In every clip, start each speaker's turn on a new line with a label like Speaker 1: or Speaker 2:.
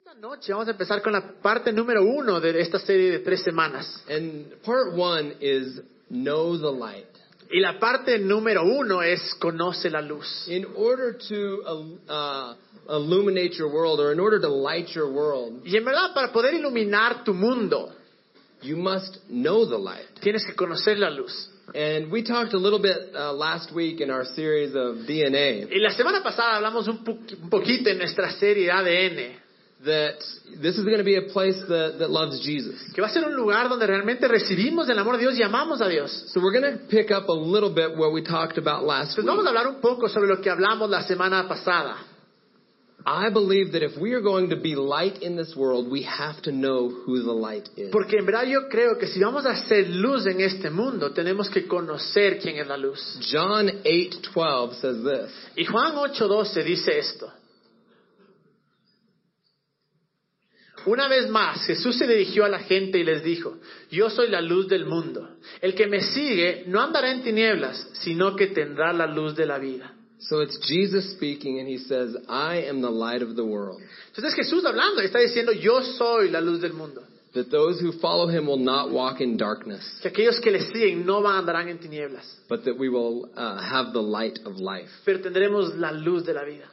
Speaker 1: Esta noche vamos a empezar con la parte número uno de esta serie de tres semanas.
Speaker 2: And part one is know the light.
Speaker 1: Y la parte número uno es conoce la luz.
Speaker 2: In order to uh, illuminate your world or in order to light your world,
Speaker 1: Y en verdad, para poder iluminar tu mundo,
Speaker 2: you must know the light.
Speaker 1: tienes que conocer la luz.
Speaker 2: And we talked a little bit uh, last week in our series of DNA
Speaker 1: Y la semana pasada hablamos un, po- un poquito en nuestra serie de ADN,
Speaker 2: that this is going to be a place that, that loves Jesus.
Speaker 1: que va a ser un lugar donde realmente recibimos el amor de Dios y amamos a Dios.
Speaker 2: So we're going to pick up a little bit what we talked about last
Speaker 1: Entonces vamos
Speaker 2: week.
Speaker 1: a hablar un poco sobre lo que hablamos la semana pasada.
Speaker 2: I believe that if we are going to be light in this world, we have to know who the light is.
Speaker 1: Porque en verdad yo creo que si vamos a hacer luz en este mundo, tenemos que conocer quién es la luz.
Speaker 2: John 8:12 says this.
Speaker 1: Y Juan 8:12 dice esto. Una vez más, Jesús se dirigió a la gente y les dijo, yo soy la luz del mundo. El que me sigue no andará en tinieblas, sino que tendrá la luz de la vida.
Speaker 2: So it's Jesus speaking, and he says, I am the light of the world,
Speaker 1: Entonces Jesús hablando, está diciendo, yo soy la luz del mundo.
Speaker 2: that those who follow him will not walk in darkness,
Speaker 1: Que aquellos que le siguen no van, andarán en tinieblas,
Speaker 2: but that we will uh, have the light of life.
Speaker 1: pero tendremos la luz de la vida.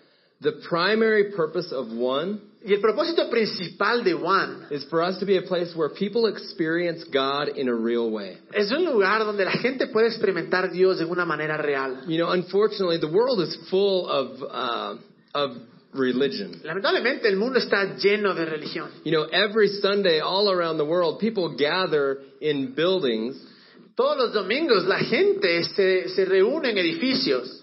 Speaker 2: The primary purpose of one
Speaker 1: Y el propósito principal de Juan
Speaker 2: is for us to be a place where people experience God in a real way.
Speaker 1: es un lugar donde la gente puede experimentar Dios de una manera real.
Speaker 2: You know, unfortunately, the world is full of, uh, of religion.
Speaker 1: Lamentablemente el mundo está lleno de religión.
Speaker 2: You know, every Sunday all around the world, people gather in buildings
Speaker 1: Todos los domingos la gente se, se reúne en edificios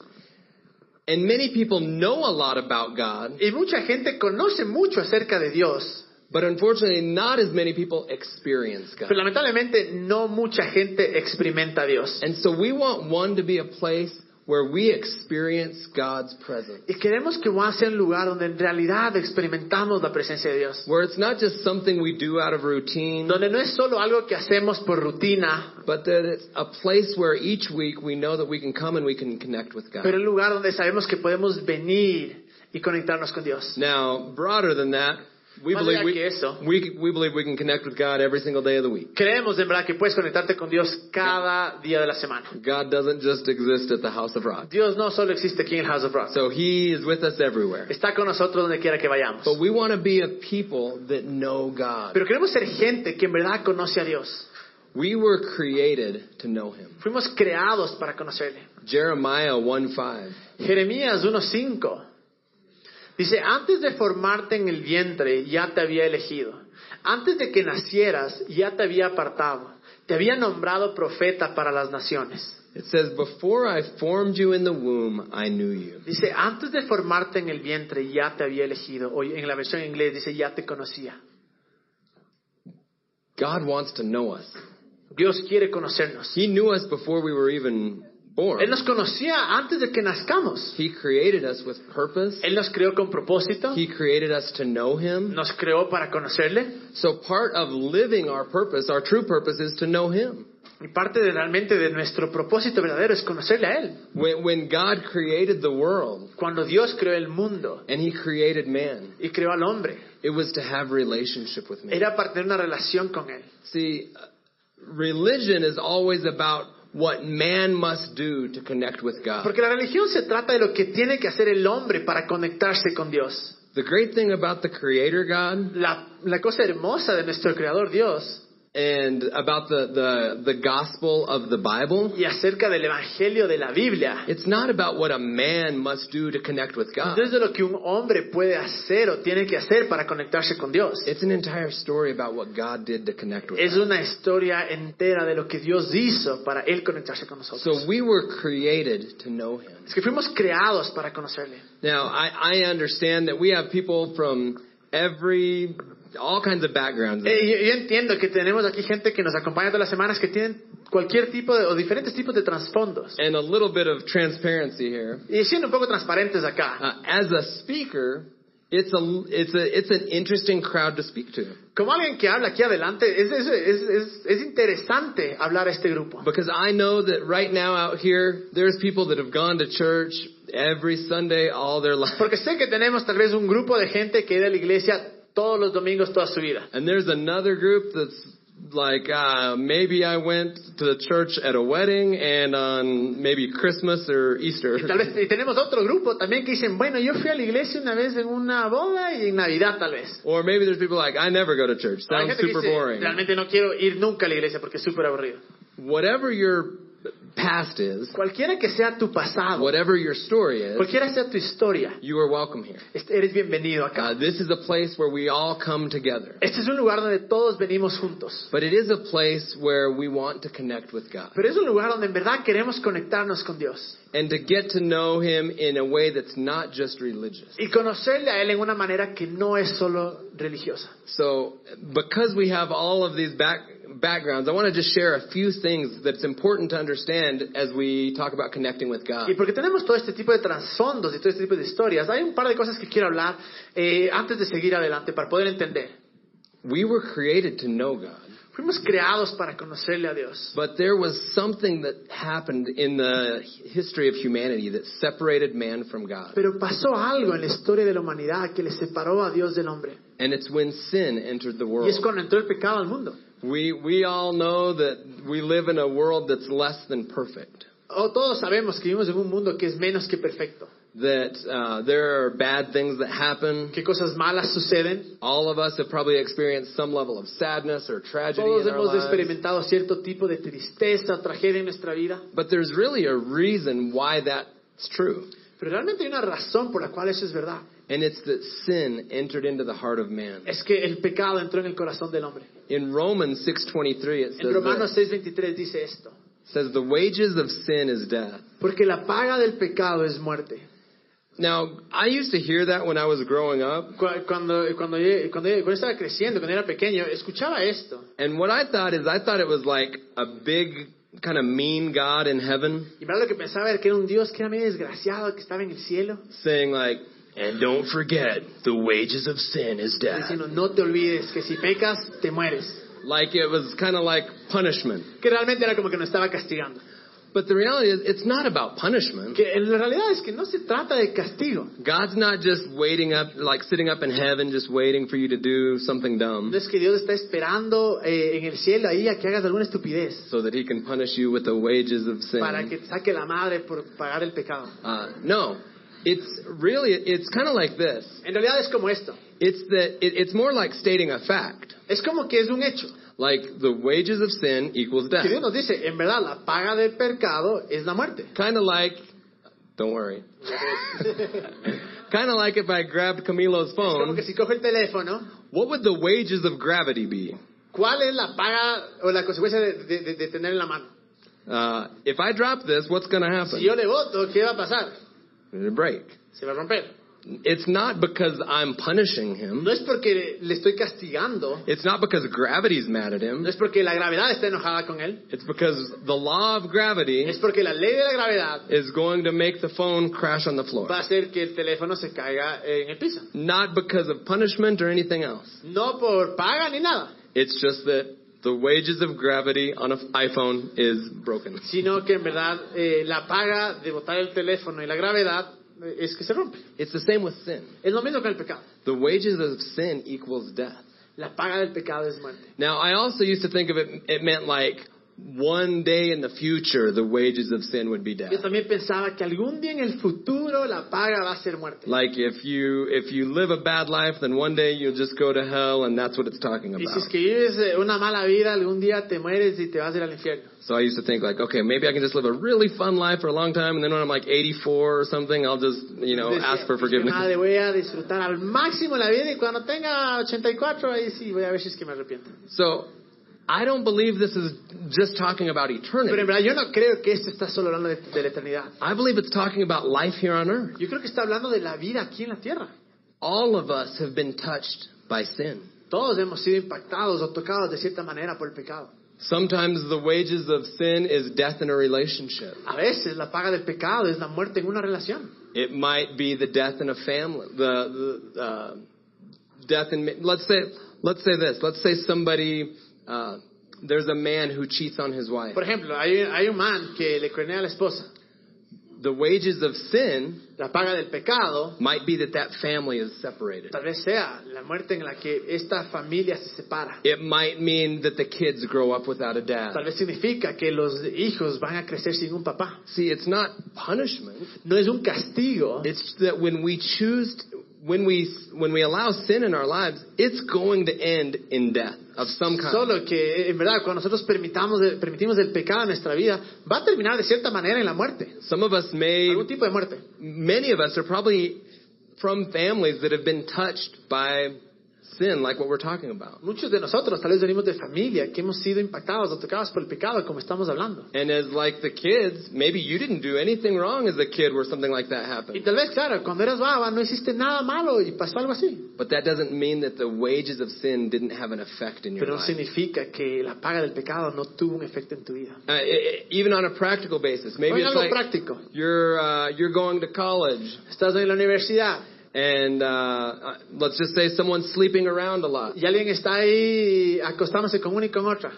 Speaker 2: And many people know a lot about God,
Speaker 1: y mucha gente conoce mucho acerca de Dios,
Speaker 2: but unfortunately, not as many people experience God.
Speaker 1: pero lamentablemente no mucha gente experimenta a Dios.
Speaker 2: And so we want one to be a place where we experience God's presence,
Speaker 1: Y queremos que Juan sea un lugar donde en realidad experimentamos la presencia de Dios,
Speaker 2: where it's not just something we do out of routine,
Speaker 1: donde no es solo algo que hacemos por rutina,
Speaker 2: but that it's a place where each week we know that we can come and we can connect with God.
Speaker 1: pero un lugar donde sabemos que podemos venir y conectarnos con Dios.
Speaker 2: Now, broader than that, we
Speaker 1: Más
Speaker 2: believe
Speaker 1: allá
Speaker 2: we,
Speaker 1: que eso.
Speaker 2: we, we believe we can connect with God every single day of the week.
Speaker 1: Creemos en verdad que puedes conectarte con Dios cada día de la semana.
Speaker 2: God doesn't just exist at the House of Rock.
Speaker 1: Dios no solo existe aquí en House of Rock.
Speaker 2: So He is with us everywhere.
Speaker 1: está con nosotros donde quiera que vayamos.
Speaker 2: But we want to be a people that know God.
Speaker 1: Pero queremos ser gente que en verdad conoce a Dios.
Speaker 2: We were created to know Him.
Speaker 1: Fuimos creados para conocerle.
Speaker 2: Jeremiah 1 5.
Speaker 1: Jeremías 1.5 dice, antes de formarte en el vientre ya te había elegido. Antes de que nacieras ya te había apartado. Te había nombrado profeta para las naciones.
Speaker 2: It says, Before I formed you in the womb, I knew you.
Speaker 1: Dice, antes de formarte en el vientre ya te había elegido. O en la versión en inglés dice, ya te conocía.
Speaker 2: God wants to know us.
Speaker 1: Dios quiere conocernos.
Speaker 2: He knew us before we were even born.
Speaker 1: Él nos conocía antes de que nazcamos.
Speaker 2: He created us with purpose.
Speaker 1: Él nos creó con propósito.
Speaker 2: He created us to know Him.
Speaker 1: nos creó para conocerle
Speaker 2: So part of living our purpose, our true purpose, is to know Him.
Speaker 1: y parte de, realmente de nuestro propósito verdadero es conocerle a Él.
Speaker 2: When, when God created the world
Speaker 1: Cuando Dios creó el mundo
Speaker 2: and He created man,
Speaker 1: y creó al hombre,
Speaker 2: it was to have relationship with man.
Speaker 1: era para tener una relación con Él.
Speaker 2: See, uh, religion is always about what man must do to connect with God.
Speaker 1: Porque la religión se trata de lo que tiene que hacer el hombre para conectarse con Dios.
Speaker 2: The great thing about the Creator God
Speaker 1: La, la cosa hermosa de nuestro Creador Dios
Speaker 2: and about the, the, the gospel of the Bible,
Speaker 1: y acerca del Evangelio de la Biblia
Speaker 2: it's not about what a man must do to connect with God.
Speaker 1: es de lo que un hombre puede hacer o tiene que hacer para conectarse con Dios.
Speaker 2: It's an entire story about what God did to connect with
Speaker 1: Es
Speaker 2: us.
Speaker 1: una historia entera de lo que Dios hizo para Él conectarse con nosotros.
Speaker 2: So we were created to know Him.
Speaker 1: Es que fuimos creados para conocerle.
Speaker 2: Now, I, I understand that we have people from every, all kinds of backgrounds.
Speaker 1: Eh, yo, yo entiendo que tenemos aquí gente que nos acompaña todas las semanas que tienen cualquier tipo de, o diferentes tipos de trasfondos.
Speaker 2: And a little bit of transparency here.
Speaker 1: Y siendo un poco transparentes acá,
Speaker 2: Uh, as a speaker, it's a it's a it's an interesting crowd to speak to
Speaker 1: como alguien que habla aquí adelante, es, es, es, es, es interesante hablar a este grupo.
Speaker 2: because I know that right now out here there's people that have gone to church every Sunday all their life.
Speaker 1: Porque sé que tenemos tal vez un grupo de gente que ha ido a la iglesia todos los domingos toda su vida.
Speaker 2: And there's another group that's like, uh, maybe I went to the church at a wedding and on maybe Christmas or Easter.
Speaker 1: Tal vez y tenemos otro grupo también que dicen, bueno, yo fui a la iglesia una vez en una boda y en Navidad tal vez.
Speaker 2: Or maybe there's people like, I never go to church.
Speaker 1: Hay
Speaker 2: Sounds
Speaker 1: gente que
Speaker 2: super
Speaker 1: dice,
Speaker 2: boring.
Speaker 1: realmente no quiero ir nunca a la iglesia porque es súper aburrido.
Speaker 2: Whatever your past is,
Speaker 1: Cualquiera que sea tu pasado,
Speaker 2: whatever your story is,
Speaker 1: cualquiera sea tu historia,
Speaker 2: you are welcome here.
Speaker 1: este- eres bienvenido acá.
Speaker 2: Uh, this is a place where we all come together.
Speaker 1: Este es un lugar donde todos venimos juntos.
Speaker 2: But it is a place where we want to connect with God
Speaker 1: Pero es un lugar donde en verdad queremos conectarnos con Dios
Speaker 2: and to get to know Him in a way that's not just religious.
Speaker 1: y conocerle a Él en una manera que no es solo religiosa.
Speaker 2: So, because we have all of these back, backgrounds, I want to just share a few things that's important to understand as we talk about connecting with God.
Speaker 1: Y porque tenemos todo este tipo de trasfondos y todo este tipo de historias, hay un par de cosas que quiero hablar eh, antes de seguir adelante para poder entender.
Speaker 2: We were created to know God,
Speaker 1: Fuimos creados para conocerle a Dios.
Speaker 2: but there was something that happened in the history of humanity that separated man from God.
Speaker 1: Pero pasó algo en la historia de la humanidad que le separó a Dios del hombre.
Speaker 2: And it's when sin entered the
Speaker 1: Y
Speaker 2: world.
Speaker 1: es cuando entró el pecado al mundo.
Speaker 2: We, we all know that we live in a world that's less than perfect.
Speaker 1: O todos sabemos que vivimos en un mundo que es menos que perfecto,
Speaker 2: That uh, there are bad things that happen.
Speaker 1: que cosas malas suceden.
Speaker 2: All of us have probably experienced some level of sadness or tragedy
Speaker 1: Todos
Speaker 2: in our
Speaker 1: hemos
Speaker 2: lives.
Speaker 1: experimentado cierto tipo de tristeza, tragedia en nuestra vida.
Speaker 2: But there's really a reason why that's true.
Speaker 1: Pero realmente hay una razón por la cual eso es verdad.
Speaker 2: And it's that sin entered into the heart of man.
Speaker 1: Es que el pecado entró en el corazón del hombre.
Speaker 2: In Romans 6.23 it
Speaker 1: En
Speaker 2: says,
Speaker 1: Romanos
Speaker 2: this.
Speaker 1: 6:23 dice esto.
Speaker 2: says the wages of sin is death.
Speaker 1: Porque la paga del pecado es muerte.
Speaker 2: Now, I used to hear that when I was growing up.
Speaker 1: Cu- Cuando, cuando, yo- cuando yo- cuando yo estaba creciendo, cuando era pequeño, escuchaba esto.
Speaker 2: And what I thought is, I thought it was like a big, kind of mean God in heaven
Speaker 1: Y verdad lo que pensaba era que era un Dios que era medio desgraciado, que estaba en el cielo,
Speaker 2: saying, like, and don't forget, the wages of sin is death.
Speaker 1: diciendo, no te olvides que si pecas, te mueres.
Speaker 2: Like it was kind of like punishment.
Speaker 1: Que realmente era como que nos estaba castigando.
Speaker 2: But the reality is, it's not about punishment.
Speaker 1: Que en la realidad es que no se trata de castigo.
Speaker 2: God's not just waiting up, like sitting up in heaven, just waiting for you to do something dumb
Speaker 1: No es que Dios está esperando eh, en el cielo ahí a que hagas alguna estupidez
Speaker 2: so that he can punish you with the wages of
Speaker 1: para
Speaker 2: sin.
Speaker 1: que te saque la madre por pagar el pecado.
Speaker 2: Uh, no. It's really, it's kind of like this.
Speaker 1: En realidad es como esto.
Speaker 2: It's that, it, it's more like stating a fact.
Speaker 1: Es como que es un hecho.
Speaker 2: Like the wages of sin equals death.
Speaker 1: Que Dios nos dice, en verdad, la paga del pecado es la muerte.
Speaker 2: Kind of like, don't worry. kind of like if I grabbed Camilo's
Speaker 1: Es como
Speaker 2: phone,
Speaker 1: que si cojo el teléfono,
Speaker 2: what would the wages of gravity be?
Speaker 1: ¿cuál es la paga o la consecuencia de, de- de- de tener en la mano?
Speaker 2: Uh, if I drop this, what's going to
Speaker 1: Si
Speaker 2: happen?
Speaker 1: yo le voto, ¿qué va a pasar?
Speaker 2: It'll break.
Speaker 1: Se va a romper.
Speaker 2: It's not because I'm punishing him.
Speaker 1: No es porque le estoy castigando,
Speaker 2: It's not because gravity's mad at
Speaker 1: no
Speaker 2: him.
Speaker 1: es porque la gravedad está enojada con él,
Speaker 2: It's because the law of gravity
Speaker 1: es porque la ley de la gravedad
Speaker 2: is going to make the phone crash on the floor.
Speaker 1: va a hacer que el teléfono se caiga eh, en el piso.
Speaker 2: Not because of punishment or anything else.
Speaker 1: No por paga ni nada,
Speaker 2: It's just that the wages of gravity on an iPhone is broken.
Speaker 1: sino que en verdad eh, la paga de botar el teléfono y la gravedad eh, es que se rompe.
Speaker 2: It's the same with sin.
Speaker 1: Es lo mismo con el pecado.
Speaker 2: The wages of sin equals death.
Speaker 1: La paga del pecado es muerte.
Speaker 2: Now, I also used to think of it, it meant like one day in the future, the wages of sin would be death.
Speaker 1: Yo también pensaba que algún día en el futuro la paga va a ser muerte.
Speaker 2: Like if you, if you live a bad life, then one day you'll just go to hell and that's what it's talking
Speaker 1: Y si es
Speaker 2: about.
Speaker 1: que vives eh, una mala vida, algún día te mueres y te vas a ir al infierno.
Speaker 2: So I used to think like, okay, maybe I can just live a really fun life for a long time and then when I'm like 84 or something, I'll just, you know,
Speaker 1: Decía,
Speaker 2: ask for
Speaker 1: "Es que
Speaker 2: forgiveness.
Speaker 1: Madre, voy a disfrutar al máximo la vida y cuando tenga 84, ahí sí voy a ver si es que me arrepiento.
Speaker 2: So I don't believe this is just talking about
Speaker 1: Pero en
Speaker 2: eternity.
Speaker 1: verdad yo no creo que esto está solo hablando de, de la eternidad.
Speaker 2: I believe it's talking about life here on earth.
Speaker 1: Yo creo que está hablando de la vida aquí en la tierra.
Speaker 2: All of us have been touched by sin.
Speaker 1: Todos hemos sido impactados o tocados de cierta manera por el pecado.
Speaker 2: Sometimes the wages of sin is death in a relationship.
Speaker 1: A veces la paga del pecado es la muerte en una relación.
Speaker 2: It might be the death in a family, the, the uh, death in. Let's say, let's say this. Let's say somebody, uh, there's a man who cheats on his wife.
Speaker 1: Por ejemplo, hay, hay un man que le cuernea a la esposa.
Speaker 2: the wages of sin
Speaker 1: la paga del pecado,
Speaker 2: might be that that family is separated.
Speaker 1: tal vez sea la muerte en la que esta familia se separa.
Speaker 2: It might mean that the kids grow up without a dad.
Speaker 1: Tal vez significa que los hijos van a crecer sin un papá.
Speaker 2: See, it's not punishment.
Speaker 1: No es un castigo,
Speaker 2: It's that when we choose, when we when we allow sin in our lives, it's going to end in death of some kind.
Speaker 1: solo que en verdad cuando nosotros permitamos, permitimos el pecado en nuestra vida, va a terminar de cierta manera en la muerte,
Speaker 2: some of us may,
Speaker 1: algún tipo de muerte.
Speaker 2: many of us are probably from families that have been touched by sin, like what we're talking about.
Speaker 1: Muchos de nosotros tal vez venimos de familia que hemos sido impactados o tocados por el pecado, como estamos hablando.
Speaker 2: And as like the kids, maybe you didn't do anything wrong as a kid where something like that
Speaker 1: Y
Speaker 2: happened.
Speaker 1: tal vez, claro, cuando eras baba no hiciste nada malo y pasó algo así.
Speaker 2: But that doesn't mean that the wages of sin didn't have an effect in your
Speaker 1: Pero no
Speaker 2: life.
Speaker 1: significa que la paga del pecado no tuvo un efecto en tu vida.
Speaker 2: Uh, e- e- even on a practical basis, maybe
Speaker 1: Oye,
Speaker 2: it's
Speaker 1: algo
Speaker 2: like
Speaker 1: práctico.
Speaker 2: you're uh, you're going to college,
Speaker 1: Estás en la universidad
Speaker 2: and uh, uh, let's just say someone's sleeping around a lot.
Speaker 1: y alguien está ahí acostándose con una y con otra.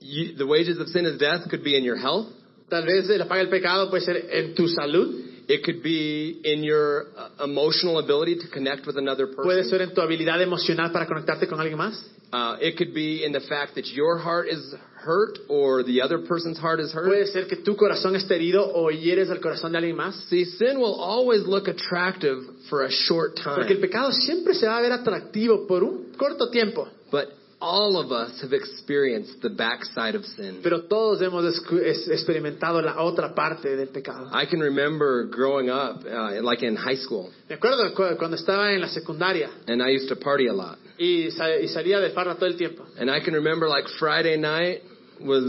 Speaker 2: You, the wages of sin is death. Could be in your health.
Speaker 1: Tal vez la paga del pecado puede ser en tu salud,
Speaker 2: It could be in your uh, emotional ability to connect with another
Speaker 1: puede
Speaker 2: person.
Speaker 1: ser en tu habilidad emocional para conectarte con alguien más,
Speaker 2: Uh, it could be in the fact that your heart is hurt or the other person's heart is hurt.
Speaker 1: puede ser que tu corazón esté herido o hieres al corazón de alguien más.
Speaker 2: See, sin will always look attractive for a short
Speaker 1: Porque el
Speaker 2: time,
Speaker 1: pecado siempre se va a ver atractivo por un corto tiempo.
Speaker 2: but all of us have experienced the backside of sin.
Speaker 1: Pero todos hemos escu- es- experimentado la otra parte del pecado.
Speaker 2: I can remember growing up, uh, like in high school,
Speaker 1: Me acuerdo cu- cuando estaba en la secundaria
Speaker 2: and I used to party a lot.
Speaker 1: y, sa- y salía de farra todo el tiempo.
Speaker 2: And I can remember like Friday night was,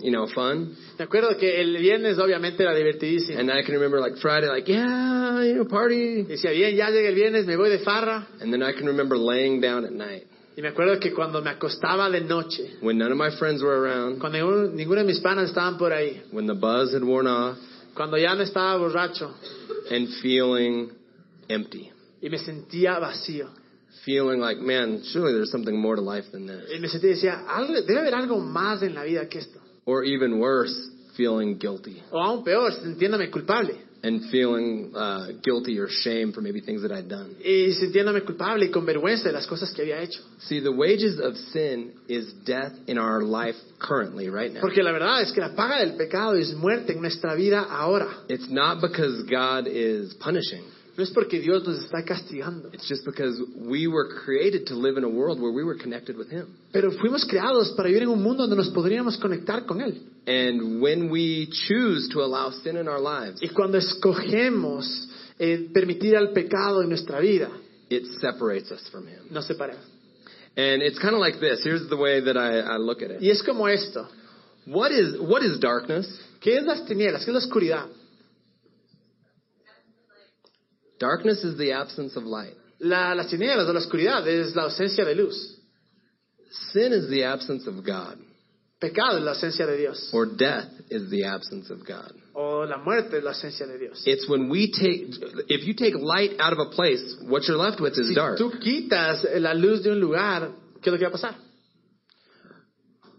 Speaker 2: you know, fun.
Speaker 1: Me acuerdo que el viernes obviamente era divertidísimo.
Speaker 2: And I can remember like Friday, like, yeah, you know, party.
Speaker 1: Decía, bien, ya llega el viernes, me voy de farra.
Speaker 2: And then I can remember laying down at night
Speaker 1: Y me acuerdo que cuando me acostaba de noche,
Speaker 2: when none of my friends were around,
Speaker 1: cuando ninguno, ninguno de mis panas estaban por ahí,
Speaker 2: when the buzz had worn off,
Speaker 1: cuando ya no estaba borracho
Speaker 2: and feeling empty.
Speaker 1: y me sentía vacío.
Speaker 2: Feeling like, man, surely there's something more to life than this.
Speaker 1: Y me sentía y decía, "Algo- debe haber algo más en la vida que esto.
Speaker 2: Or even worse, feeling guilty
Speaker 1: O aún peor, sintiéndome culpable.
Speaker 2: and feeling uh, guilty or shame for maybe things that I'd done.
Speaker 1: Y sintiéndome culpable y con vergüenza de las cosas que había hecho.
Speaker 2: See, the wages of sin is death in our life currently, right now.
Speaker 1: Porque la verdad es que la paga del pecado es muerte en nuestra vida ahora.
Speaker 2: It's not because God is punishing.
Speaker 1: No es porque Dios nos está castigando,
Speaker 2: It's just because we were created to live in a world where we were connected with Him.
Speaker 1: pero fuimos creados para vivir en un mundo donde nos podríamos conectar con Él.
Speaker 2: And when we choose to allow sin in our lives,
Speaker 1: Y cuando escogemos eh, permitir al pecado en nuestra vida,
Speaker 2: it separates us from Him.
Speaker 1: nos separamos.
Speaker 2: And it's kind of like this. Here's the way that I, I look at it.
Speaker 1: Y es como esto.
Speaker 2: What is, what is darkness?
Speaker 1: ¿Qué es las tinieblas? ¿Qué es la oscuridad?
Speaker 2: Darkness is the absence of light.
Speaker 1: La, las tinieblas o la oscuridad es la ausencia de luz.
Speaker 2: Sin is the absence of God,
Speaker 1: Pecado es la ausencia de Dios.
Speaker 2: or death is the absence of God.
Speaker 1: O la muerte es la ausencia de Dios.
Speaker 2: It's when we take, if you take light out of a place, what you're left with is
Speaker 1: Si
Speaker 2: dark.
Speaker 1: tú quitas la luz de un lugar, ¿qué es lo que va a pasar?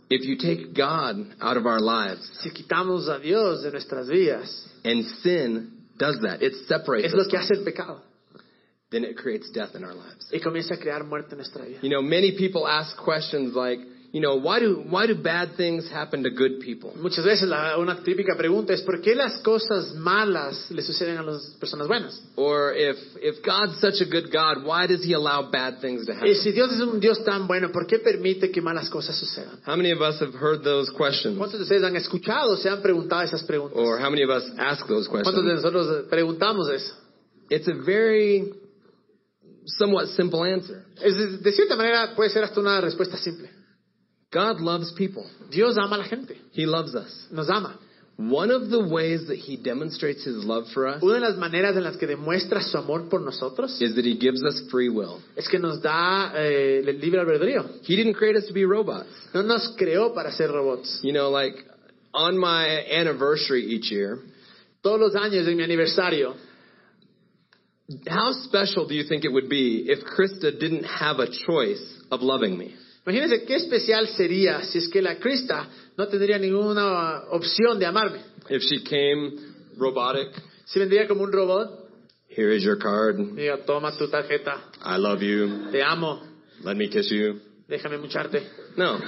Speaker 2: If you take God out of our lives,
Speaker 1: Si quitamos a Dios de nuestras vidas,
Speaker 2: and sin does that, it separates
Speaker 1: es lo
Speaker 2: us,
Speaker 1: que hace el pecado
Speaker 2: then it creates death in our lives.
Speaker 1: y comienza a crear muerte en nuestra vida.
Speaker 2: You know, many people ask questions like, you know, why do, why do bad things happen to good people?
Speaker 1: Muchas veces la- una típica pregunta es ¿por qué las cosas malas le suceden a las personas buenas?
Speaker 2: Or if, if God's such a good God, why does he allow bad things to
Speaker 1: Y
Speaker 2: happen?
Speaker 1: si Dios es un Dios tan bueno, ¿por qué permite que malas cosas sucedan?
Speaker 2: How many of us have heard those questions?
Speaker 1: ¿Cuántos de ustedes han escuchado o se han preguntado esas preguntas?
Speaker 2: Or how many of us ask those
Speaker 1: ¿Cuántos de
Speaker 2: questions?
Speaker 1: nosotros preguntamos eso?
Speaker 2: It's a very somewhat simple answer.
Speaker 1: Es de- de cierta manera puede ser hasta una respuesta simple.
Speaker 2: God loves people.
Speaker 1: Dios ama a la gente,
Speaker 2: He loves us.
Speaker 1: nos ama.
Speaker 2: One of the ways that he demonstrates his love for us
Speaker 1: Una de las maneras en las que demuestra su amor por nosotros
Speaker 2: is that he gives us free will.
Speaker 1: es que nos da eh, el libre albedrío.
Speaker 2: He didn't create us to be robots.
Speaker 1: No nos creó para ser robots.
Speaker 2: You know, like on my anniversary each year,
Speaker 1: Todos los años en mi aniversario,
Speaker 2: how special do you think it would be if Krista didn't have a choice of loving me?
Speaker 1: imagínense qué especial sería si es que la Crista no tendría ninguna opción de amarme.
Speaker 2: If she came robotic
Speaker 1: Si vendría como un robot,
Speaker 2: Here is your card.
Speaker 1: diga, toma tu tarjeta,
Speaker 2: I love you.
Speaker 1: te amo,
Speaker 2: Let me kiss you.
Speaker 1: déjame mucharte.
Speaker 2: No.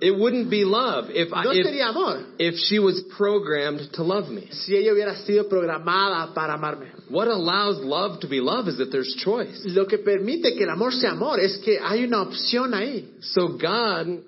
Speaker 2: It wouldn't be love if I,
Speaker 1: No
Speaker 2: if,
Speaker 1: sería amor
Speaker 2: if she was programmed to love me.
Speaker 1: si ella hubiera sido programada para amarme.
Speaker 2: What allows love to be love is that there's choice.
Speaker 1: Lo que permite que el amor sea amor es que hay una opción ahí.
Speaker 2: So God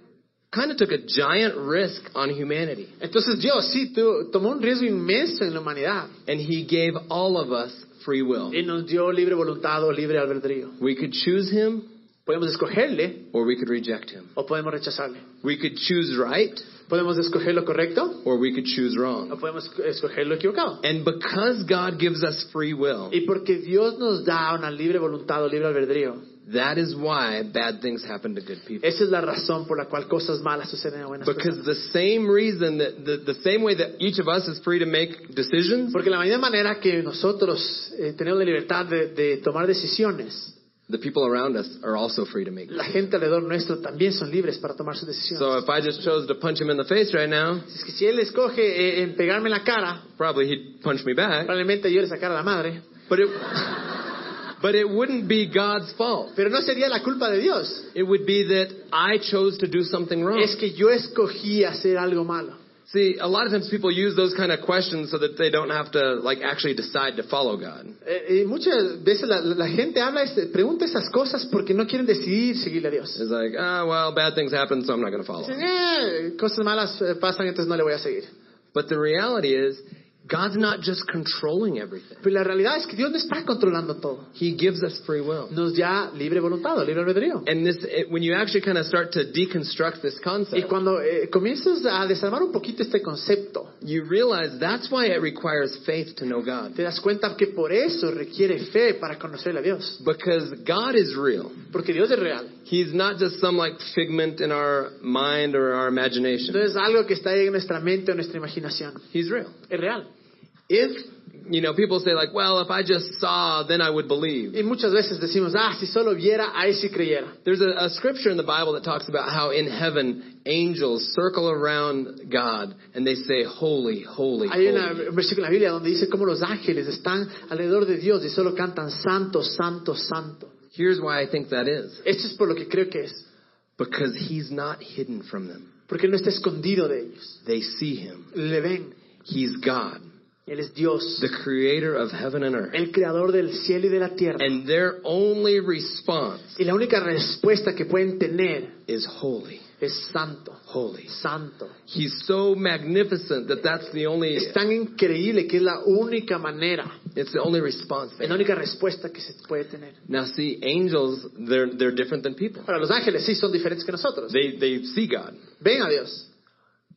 Speaker 2: kind of took a giant risk on humanity,
Speaker 1: Entonces Dios sí tu- tomó un riesgo inmenso en la humanidad
Speaker 2: and He gave all of us free will.
Speaker 1: y nos dio libre voluntad o libre albedrío.
Speaker 2: We could choose Him
Speaker 1: Podemos escogerle
Speaker 2: or we could reject Him.
Speaker 1: o podemos rechazarle.
Speaker 2: We could choose right
Speaker 1: Podemos escoger lo correcto
Speaker 2: or we could choose
Speaker 1: o
Speaker 2: wrong.
Speaker 1: podemos escoger lo equivocado.
Speaker 2: And because God gives us free will,
Speaker 1: Y porque Dios nos da una libre voluntad o libre albedrío,
Speaker 2: that is why bad things happen to good people.
Speaker 1: esa es la razón por la cual cosas malas suceden a buenas personas.
Speaker 2: Because the same reason that the, the same way that each of us is free to make decisions,
Speaker 1: Porque la mayor manera que nosotros eh, tenemos la libertad de, de tomar decisiones,
Speaker 2: the people around us are also free to make.
Speaker 1: la gente alrededor nuestro también son libres para tomar sus decisiones.
Speaker 2: So if I just chose to punch him in the face right now,
Speaker 1: Si es que si él escoge eh, en pegarme en la cara,
Speaker 2: probably he'd punch me back.
Speaker 1: probablemente yo le sacara la madre,
Speaker 2: But it, but it wouldn't be God's fault.
Speaker 1: pero no sería la culpa de Dios.
Speaker 2: It would be that I chose to do something wrong.
Speaker 1: Es que yo escogí hacer algo malo.
Speaker 2: See, a lot of times people use those kind of questions so that they don't have to like actually decide to follow God.
Speaker 1: Eh, y muchas veces la, la gente habla, este- pregunta esas cosas porque no quieren decidir seguirle a Dios.
Speaker 2: It's like, ah, well, bad things happen, so I'm not going to follow.
Speaker 1: Dicen, "Eh, cosas malas eh, pasan, entonces no le voy a seguir.
Speaker 2: But the reality is, God's not just controlling everything.
Speaker 1: Pero la realidad es que Dios no está controlando todo.
Speaker 2: He gives us free will.
Speaker 1: Nos da libre voluntad, o libre albedrío.
Speaker 2: And this, it, when you actually kind of start to deconstruct this
Speaker 1: Y
Speaker 2: concept,
Speaker 1: cuando eh, comienzas a desarmar un poquito este concepto,
Speaker 2: you realize that's why it requires faith to know God.
Speaker 1: te das cuenta que por eso requiere fe para conocerle a Dios.
Speaker 2: Because God is real.
Speaker 1: Porque Dios es real.
Speaker 2: He's not just some like figment in our mind or our
Speaker 1: No
Speaker 2: imagination.
Speaker 1: es algo que está ahí en nuestra mente o nuestra imaginación.
Speaker 2: He's real.
Speaker 1: Es real.
Speaker 2: If, you know, people say like, well, if I just saw, then I would believe.
Speaker 1: Y muchas veces decimos, ah, si solo viera, ahí sí creyera.
Speaker 2: There's a, a scripture in the Bible that talks about how in heaven angels circle around God and they say, holy, holy,
Speaker 1: Hay una-
Speaker 2: holy.
Speaker 1: un versículo en la Biblia donde dice cómo los ángeles están alrededor de Dios y solo cantan santo, santo, santo.
Speaker 2: Here's why I think that is.
Speaker 1: Esto es por lo que creo que es.
Speaker 2: Because he's not hidden from them.
Speaker 1: Porque Él no está escondido de ellos.
Speaker 2: They see him.
Speaker 1: Le ven.
Speaker 2: He's God,
Speaker 1: Él es Dios,
Speaker 2: the creator of heaven and earth.
Speaker 1: el creador del cielo y de la tierra.
Speaker 2: And their only response
Speaker 1: Y la única respuesta que pueden tener
Speaker 2: is holy,
Speaker 1: es santo,
Speaker 2: holy.
Speaker 1: santo.
Speaker 2: He's so magnificent that that's the only
Speaker 1: Es tan increíble que es la única manera,
Speaker 2: it's the only response.
Speaker 1: es
Speaker 2: They
Speaker 1: la
Speaker 2: have.
Speaker 1: única respuesta que se puede tener.
Speaker 2: Now see, angels they're they're different than people.
Speaker 1: Ahora, los ángeles sí son diferentes que nosotros.
Speaker 2: They they see God.
Speaker 1: Ven a Dios.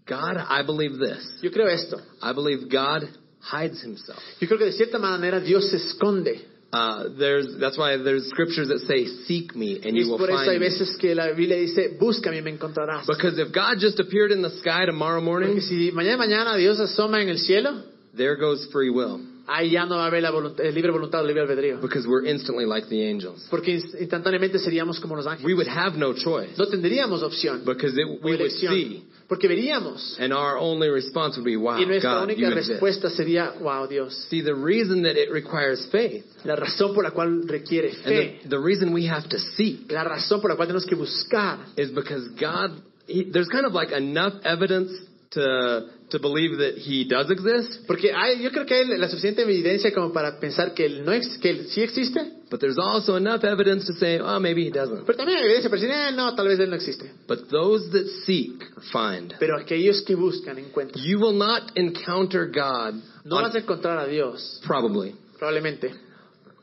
Speaker 2: God, I believe this.
Speaker 1: Yo creo esto.
Speaker 2: I believe God hides Himself.
Speaker 1: Yo creo que de cierta manera Dios se esconde.
Speaker 2: Uh, there's that's why there's scriptures that say, "Seek me and
Speaker 1: Y
Speaker 2: you
Speaker 1: es
Speaker 2: will
Speaker 1: por eso hay
Speaker 2: find me."
Speaker 1: veces que la Biblia dice, búscame y me encontrarás.
Speaker 2: Because if God just appeared in the sky tomorrow
Speaker 1: Porque
Speaker 2: morning,
Speaker 1: si mañana mañana Dios asoma en el cielo,
Speaker 2: there goes free will.
Speaker 1: ahí ya no va a haber la volunt- el libre voluntad, el libre albedrío.
Speaker 2: Because we're instantly like the angels.
Speaker 1: Porque inst- instantáneamente seríamos como los ángeles.
Speaker 2: We would have no choice
Speaker 1: No tendríamos opción.
Speaker 2: because it,
Speaker 1: o
Speaker 2: we would
Speaker 1: elección.
Speaker 2: see
Speaker 1: Porque veríamos.
Speaker 2: And our only response would be, wow,
Speaker 1: y nuestra
Speaker 2: God,
Speaker 1: única
Speaker 2: you exist.
Speaker 1: respuesta sería, wow, Dios.
Speaker 2: See, the reason that it requires faith,
Speaker 1: La razón por la cual requiere fe,
Speaker 2: and the, the reason we have to seek,
Speaker 1: la razón por la cual tenemos que buscar,
Speaker 2: is because God, he, there's kind of like enough evidence to, to believe that He does exist,
Speaker 1: porque hay, yo creo que hay la suficiente evidencia como para pensar que él no ex- que él sí existe,
Speaker 2: but there's also enough evidence to say, oh, maybe He doesn't.
Speaker 1: pero también hay evidencia para decir, eh, no, tal vez él no existe.
Speaker 2: But those that seek find.
Speaker 1: Pero aquellos que buscan encuentran.
Speaker 2: You will not encounter God
Speaker 1: No
Speaker 2: on-
Speaker 1: vas a encontrar a Dios,
Speaker 2: probably
Speaker 1: probablemente,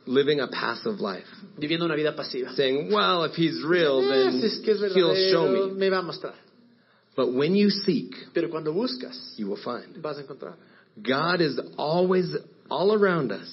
Speaker 2: living a passive life,
Speaker 1: viviendo una vida pasiva.
Speaker 2: saying, well, if He's real,
Speaker 1: Ah,
Speaker 2: then
Speaker 1: si es que es
Speaker 2: He'll show
Speaker 1: verdadero,
Speaker 2: me.
Speaker 1: me va a mostrar.
Speaker 2: But when you seek,
Speaker 1: Pero cuando buscas,
Speaker 2: you will find.
Speaker 1: vas a encontrar.
Speaker 2: God is always all around us.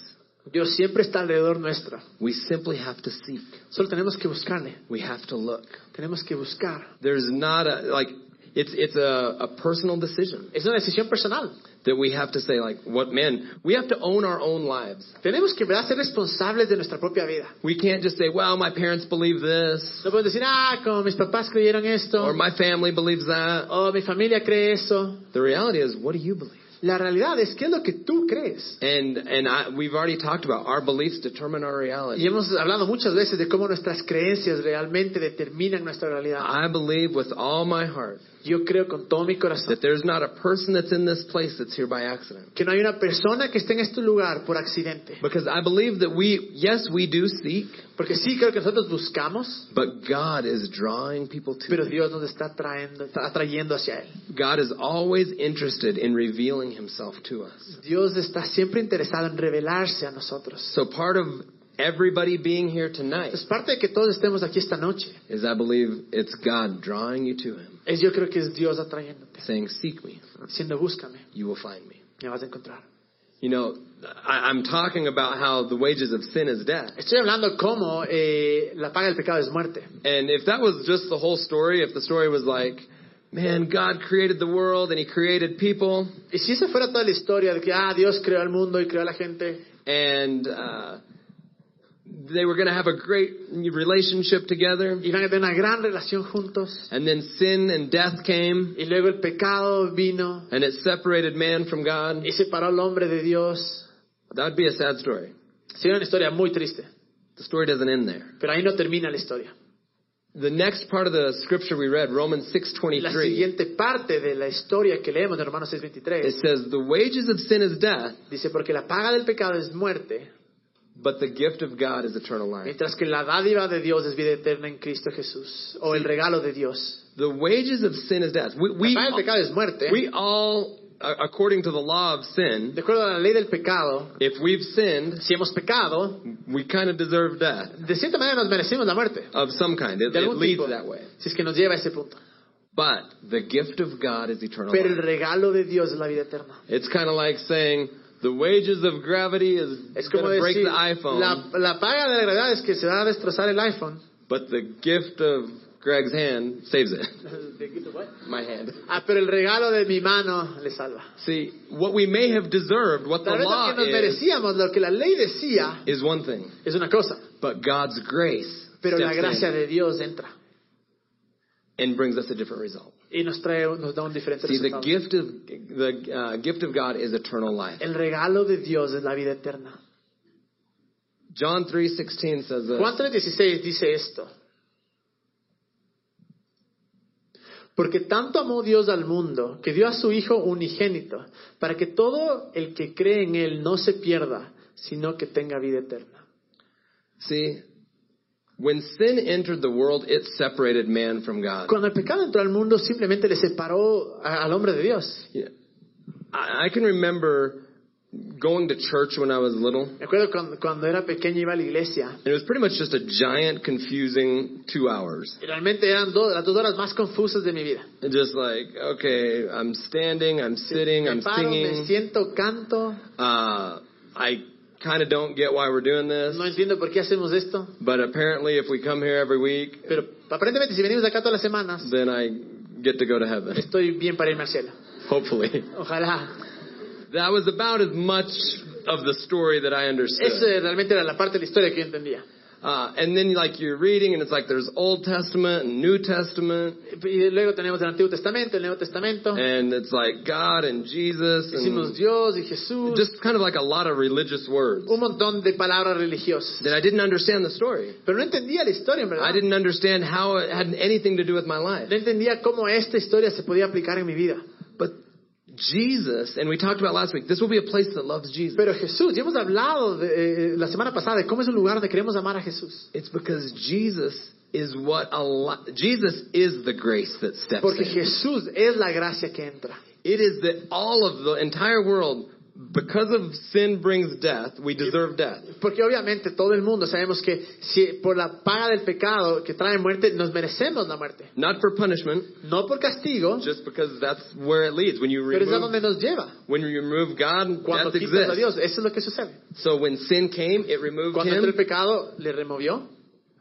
Speaker 1: Dios siempre está alrededor nuestro.
Speaker 2: We simply have to seek.
Speaker 1: Solo tenemos que buscarle.
Speaker 2: We have to look.
Speaker 1: Tenemos que buscar.
Speaker 2: There's not a like it's it's a, a personal decision.
Speaker 1: Es una decisión personal.
Speaker 2: that we have to say, like, what men, we have to own our own lives.
Speaker 1: Tenemos que ¿verdad? ser responsables de nuestra propia vida.
Speaker 2: We can't just say, well, my parents believe this,
Speaker 1: No podemos decir, ah, como mis papás creyeron esto,
Speaker 2: or my family believes that.
Speaker 1: o mi familia cree eso.
Speaker 2: The reality is, what do you believe?
Speaker 1: La realidad es qué es lo que tú crees.
Speaker 2: And, and I, we've already talked about our beliefs determine our
Speaker 1: Y
Speaker 2: reality.
Speaker 1: hemos hablado muchas veces de cómo nuestras creencias realmente determinan nuestra realidad.
Speaker 2: I believe with all my heart
Speaker 1: Yo creo con todo mi corazón
Speaker 2: that there's not a person that's in this place that's here by accident.
Speaker 1: que no hay una persona que esté en este lugar por accidente.
Speaker 2: Because I believe that we, yes, we do seek,
Speaker 1: Porque sí creo que nosotros buscamos,
Speaker 2: but God is drawing people to
Speaker 1: pero
Speaker 2: Him.
Speaker 1: Dios nos está trayendo, está atrayendo hacia Él.
Speaker 2: God is always interested in revealing Himself to us.
Speaker 1: Dios está siempre interesado en revelarse a nosotros.
Speaker 2: So part of everybody being here tonight
Speaker 1: Entonces, parte de que todos estemos aquí esta noche
Speaker 2: is I believe it's God drawing you to Him,
Speaker 1: es yo creo que es Dios atrayéndote,
Speaker 2: saying, Seek me,
Speaker 1: diciendo búscame,
Speaker 2: you will find me.
Speaker 1: me vas a encontrar.
Speaker 2: You know, I, I'm talking about how the wages of sin is death.
Speaker 1: Estoy hablando cómo eh, la paga del pecado es muerte.
Speaker 2: And if that was just the whole story, if the story was like, man, God created the world and He created people,
Speaker 1: Y si esa fuera toda la historia de que, ah, Dios creó al mundo y creó a la gente,
Speaker 2: and uh, they were going to have a great relationship together.
Speaker 1: iban a tener una gran relación juntos,
Speaker 2: And then sin and death came,
Speaker 1: y luego el pecado vino
Speaker 2: and it separated man from God.
Speaker 1: y separó al hombre de Dios.
Speaker 2: That would be a sad story.
Speaker 1: Sería una historia muy triste,
Speaker 2: The story doesn't end there.
Speaker 1: pero ahí no termina la historia.
Speaker 2: The next part of the scripture we read, Romans
Speaker 1: La
Speaker 2: 6:23,
Speaker 1: siguiente parte de la historia que leemos de Romanos
Speaker 2: it
Speaker 1: 6:23
Speaker 2: says, "The wages of sin is death,
Speaker 1: dice, porque la paga del pecado es muerte,
Speaker 2: but the gift of God is eternal life."
Speaker 1: mientras que la dádiva de Dios es vida eterna en Cristo Jesús, o el regalo de Dios.
Speaker 2: The wages of sin is death. We
Speaker 1: La
Speaker 2: we,
Speaker 1: paga del pecado es muerte.
Speaker 2: we all a- according to the law of sin,
Speaker 1: De acuerdo a la ley del pecado,
Speaker 2: if we've sinned,
Speaker 1: si hemos pecado,
Speaker 2: we kind of deserve death
Speaker 1: de cierta manera nos merecemos la muerte.
Speaker 2: of some kind. It,
Speaker 1: De
Speaker 2: it
Speaker 1: algún
Speaker 2: leads
Speaker 1: tipo.
Speaker 2: that way.
Speaker 1: Si es que nos lleva a ese punto.
Speaker 2: But the gift of God is eternal
Speaker 1: Pero el
Speaker 2: life.
Speaker 1: regalo de Dios es la vida eterna.
Speaker 2: It's kind of like saying the wages of gravity is
Speaker 1: Es como
Speaker 2: going to break
Speaker 1: decir,
Speaker 2: the iPhone,
Speaker 1: la, la paga de la gravedad es que se va a destrozar el iPhone.
Speaker 2: but the gift of Greg's hand saves it. My hand.
Speaker 1: Ah, pero el regalo de mi mano le salva.
Speaker 2: See, what we may have deserved, what the
Speaker 1: Tal vez lo
Speaker 2: law
Speaker 1: que nos
Speaker 2: is,
Speaker 1: merecíamos, lo que la ley decía,
Speaker 2: is one thing,
Speaker 1: es una cosa.
Speaker 2: but God's grace
Speaker 1: Pero la
Speaker 2: steps
Speaker 1: gracia
Speaker 2: in
Speaker 1: de Dios entra
Speaker 2: and brings us a different result.
Speaker 1: y nos trae, nos da un diferente
Speaker 2: See, the
Speaker 1: resultado.
Speaker 2: gift of the uh, gift of God is eternal life.
Speaker 1: El regalo de Dios es la vida eterna.
Speaker 2: John three sixteen says this.
Speaker 1: Juan 3:16 dice esto. Porque tanto amó Dios al mundo que dio a su Hijo unigénito, para que todo el que cree en Él no se pierda, sino que tenga vida eterna.
Speaker 2: See, when sin entered the world, it separated man from God.
Speaker 1: Cuando el pecado entró al mundo, simplemente le separó a- al hombre de Dios.
Speaker 2: Yeah. I, I can remember going to church when I was little, and
Speaker 1: Me acuerdo cuando, cuando era pequeño iba a la iglesia.
Speaker 2: it was pretty much just a giant, confusing two hours.
Speaker 1: Y Realmente eran dos- las dos horas más confusas de mi vida.
Speaker 2: And just like, okay, I'm standing, I'm sitting,
Speaker 1: Me
Speaker 2: I'm
Speaker 1: paro, me
Speaker 2: singing.
Speaker 1: siento, canto.
Speaker 2: Uh, I kind of don't get why we're doing this,
Speaker 1: No entiendo por qué hacemos esto.
Speaker 2: but apparently, if we come here every week,
Speaker 1: Pero aparentemente si venimos acá todas las semanas,
Speaker 2: then I get to go to heaven,
Speaker 1: estoy bien para irme al cielo.
Speaker 2: hopefully.
Speaker 1: Ojalá.
Speaker 2: That was about as much of the story that I
Speaker 1: Esa
Speaker 2: understood.
Speaker 1: realmente era la parte de la historia que yo entendía.
Speaker 2: Uh, and then, like, you're reading, and it's like there's Old Testament and New Testament.
Speaker 1: Y luego tenemos el Antiguo Testamento, el Nuevo Testamento.
Speaker 2: and it's like God and Jesus
Speaker 1: Hicimos
Speaker 2: and
Speaker 1: Dios y Jesús.
Speaker 2: just kind of like a lot of religious words
Speaker 1: un montón de palabras religiosas.
Speaker 2: that I didn't understand the story.
Speaker 1: Pero no entendía la historia, en
Speaker 2: I
Speaker 1: verdad.
Speaker 2: didn't understand how it had anything to do with my life.
Speaker 1: No entendía cómo esta historia se podía aplicar en mi vida.
Speaker 2: But Jesus, and we talked about last week, this will be a place that loves Jesus.
Speaker 1: Pero Jesús, ya hemos hablado de, eh, la semana pasada de cómo es un lugar donde queremos amar a Jesús.
Speaker 2: It's because Jesus is what a lot, Jesus is the grace that steps
Speaker 1: Porque
Speaker 2: in.
Speaker 1: Jesús es la gracia que entra.
Speaker 2: It is that all of the entire world, because of sin brings death, we deserve death.
Speaker 1: Porque obviamente todo el mundo sabemos que si por la paga del pecado que trae muerte, nos merecemos la muerte.
Speaker 2: Not for punishment,
Speaker 1: No por castigo,
Speaker 2: just because that's where it leads. When you
Speaker 1: pero es a
Speaker 2: remove
Speaker 1: donde nos lleva.
Speaker 2: When you remove God,
Speaker 1: Cuando
Speaker 2: death
Speaker 1: quitas a
Speaker 2: exists.
Speaker 1: Dios, eso es lo que sucede.
Speaker 2: So when sin came, it removed
Speaker 1: Cuando entró el
Speaker 2: him.
Speaker 1: pecado, le removió,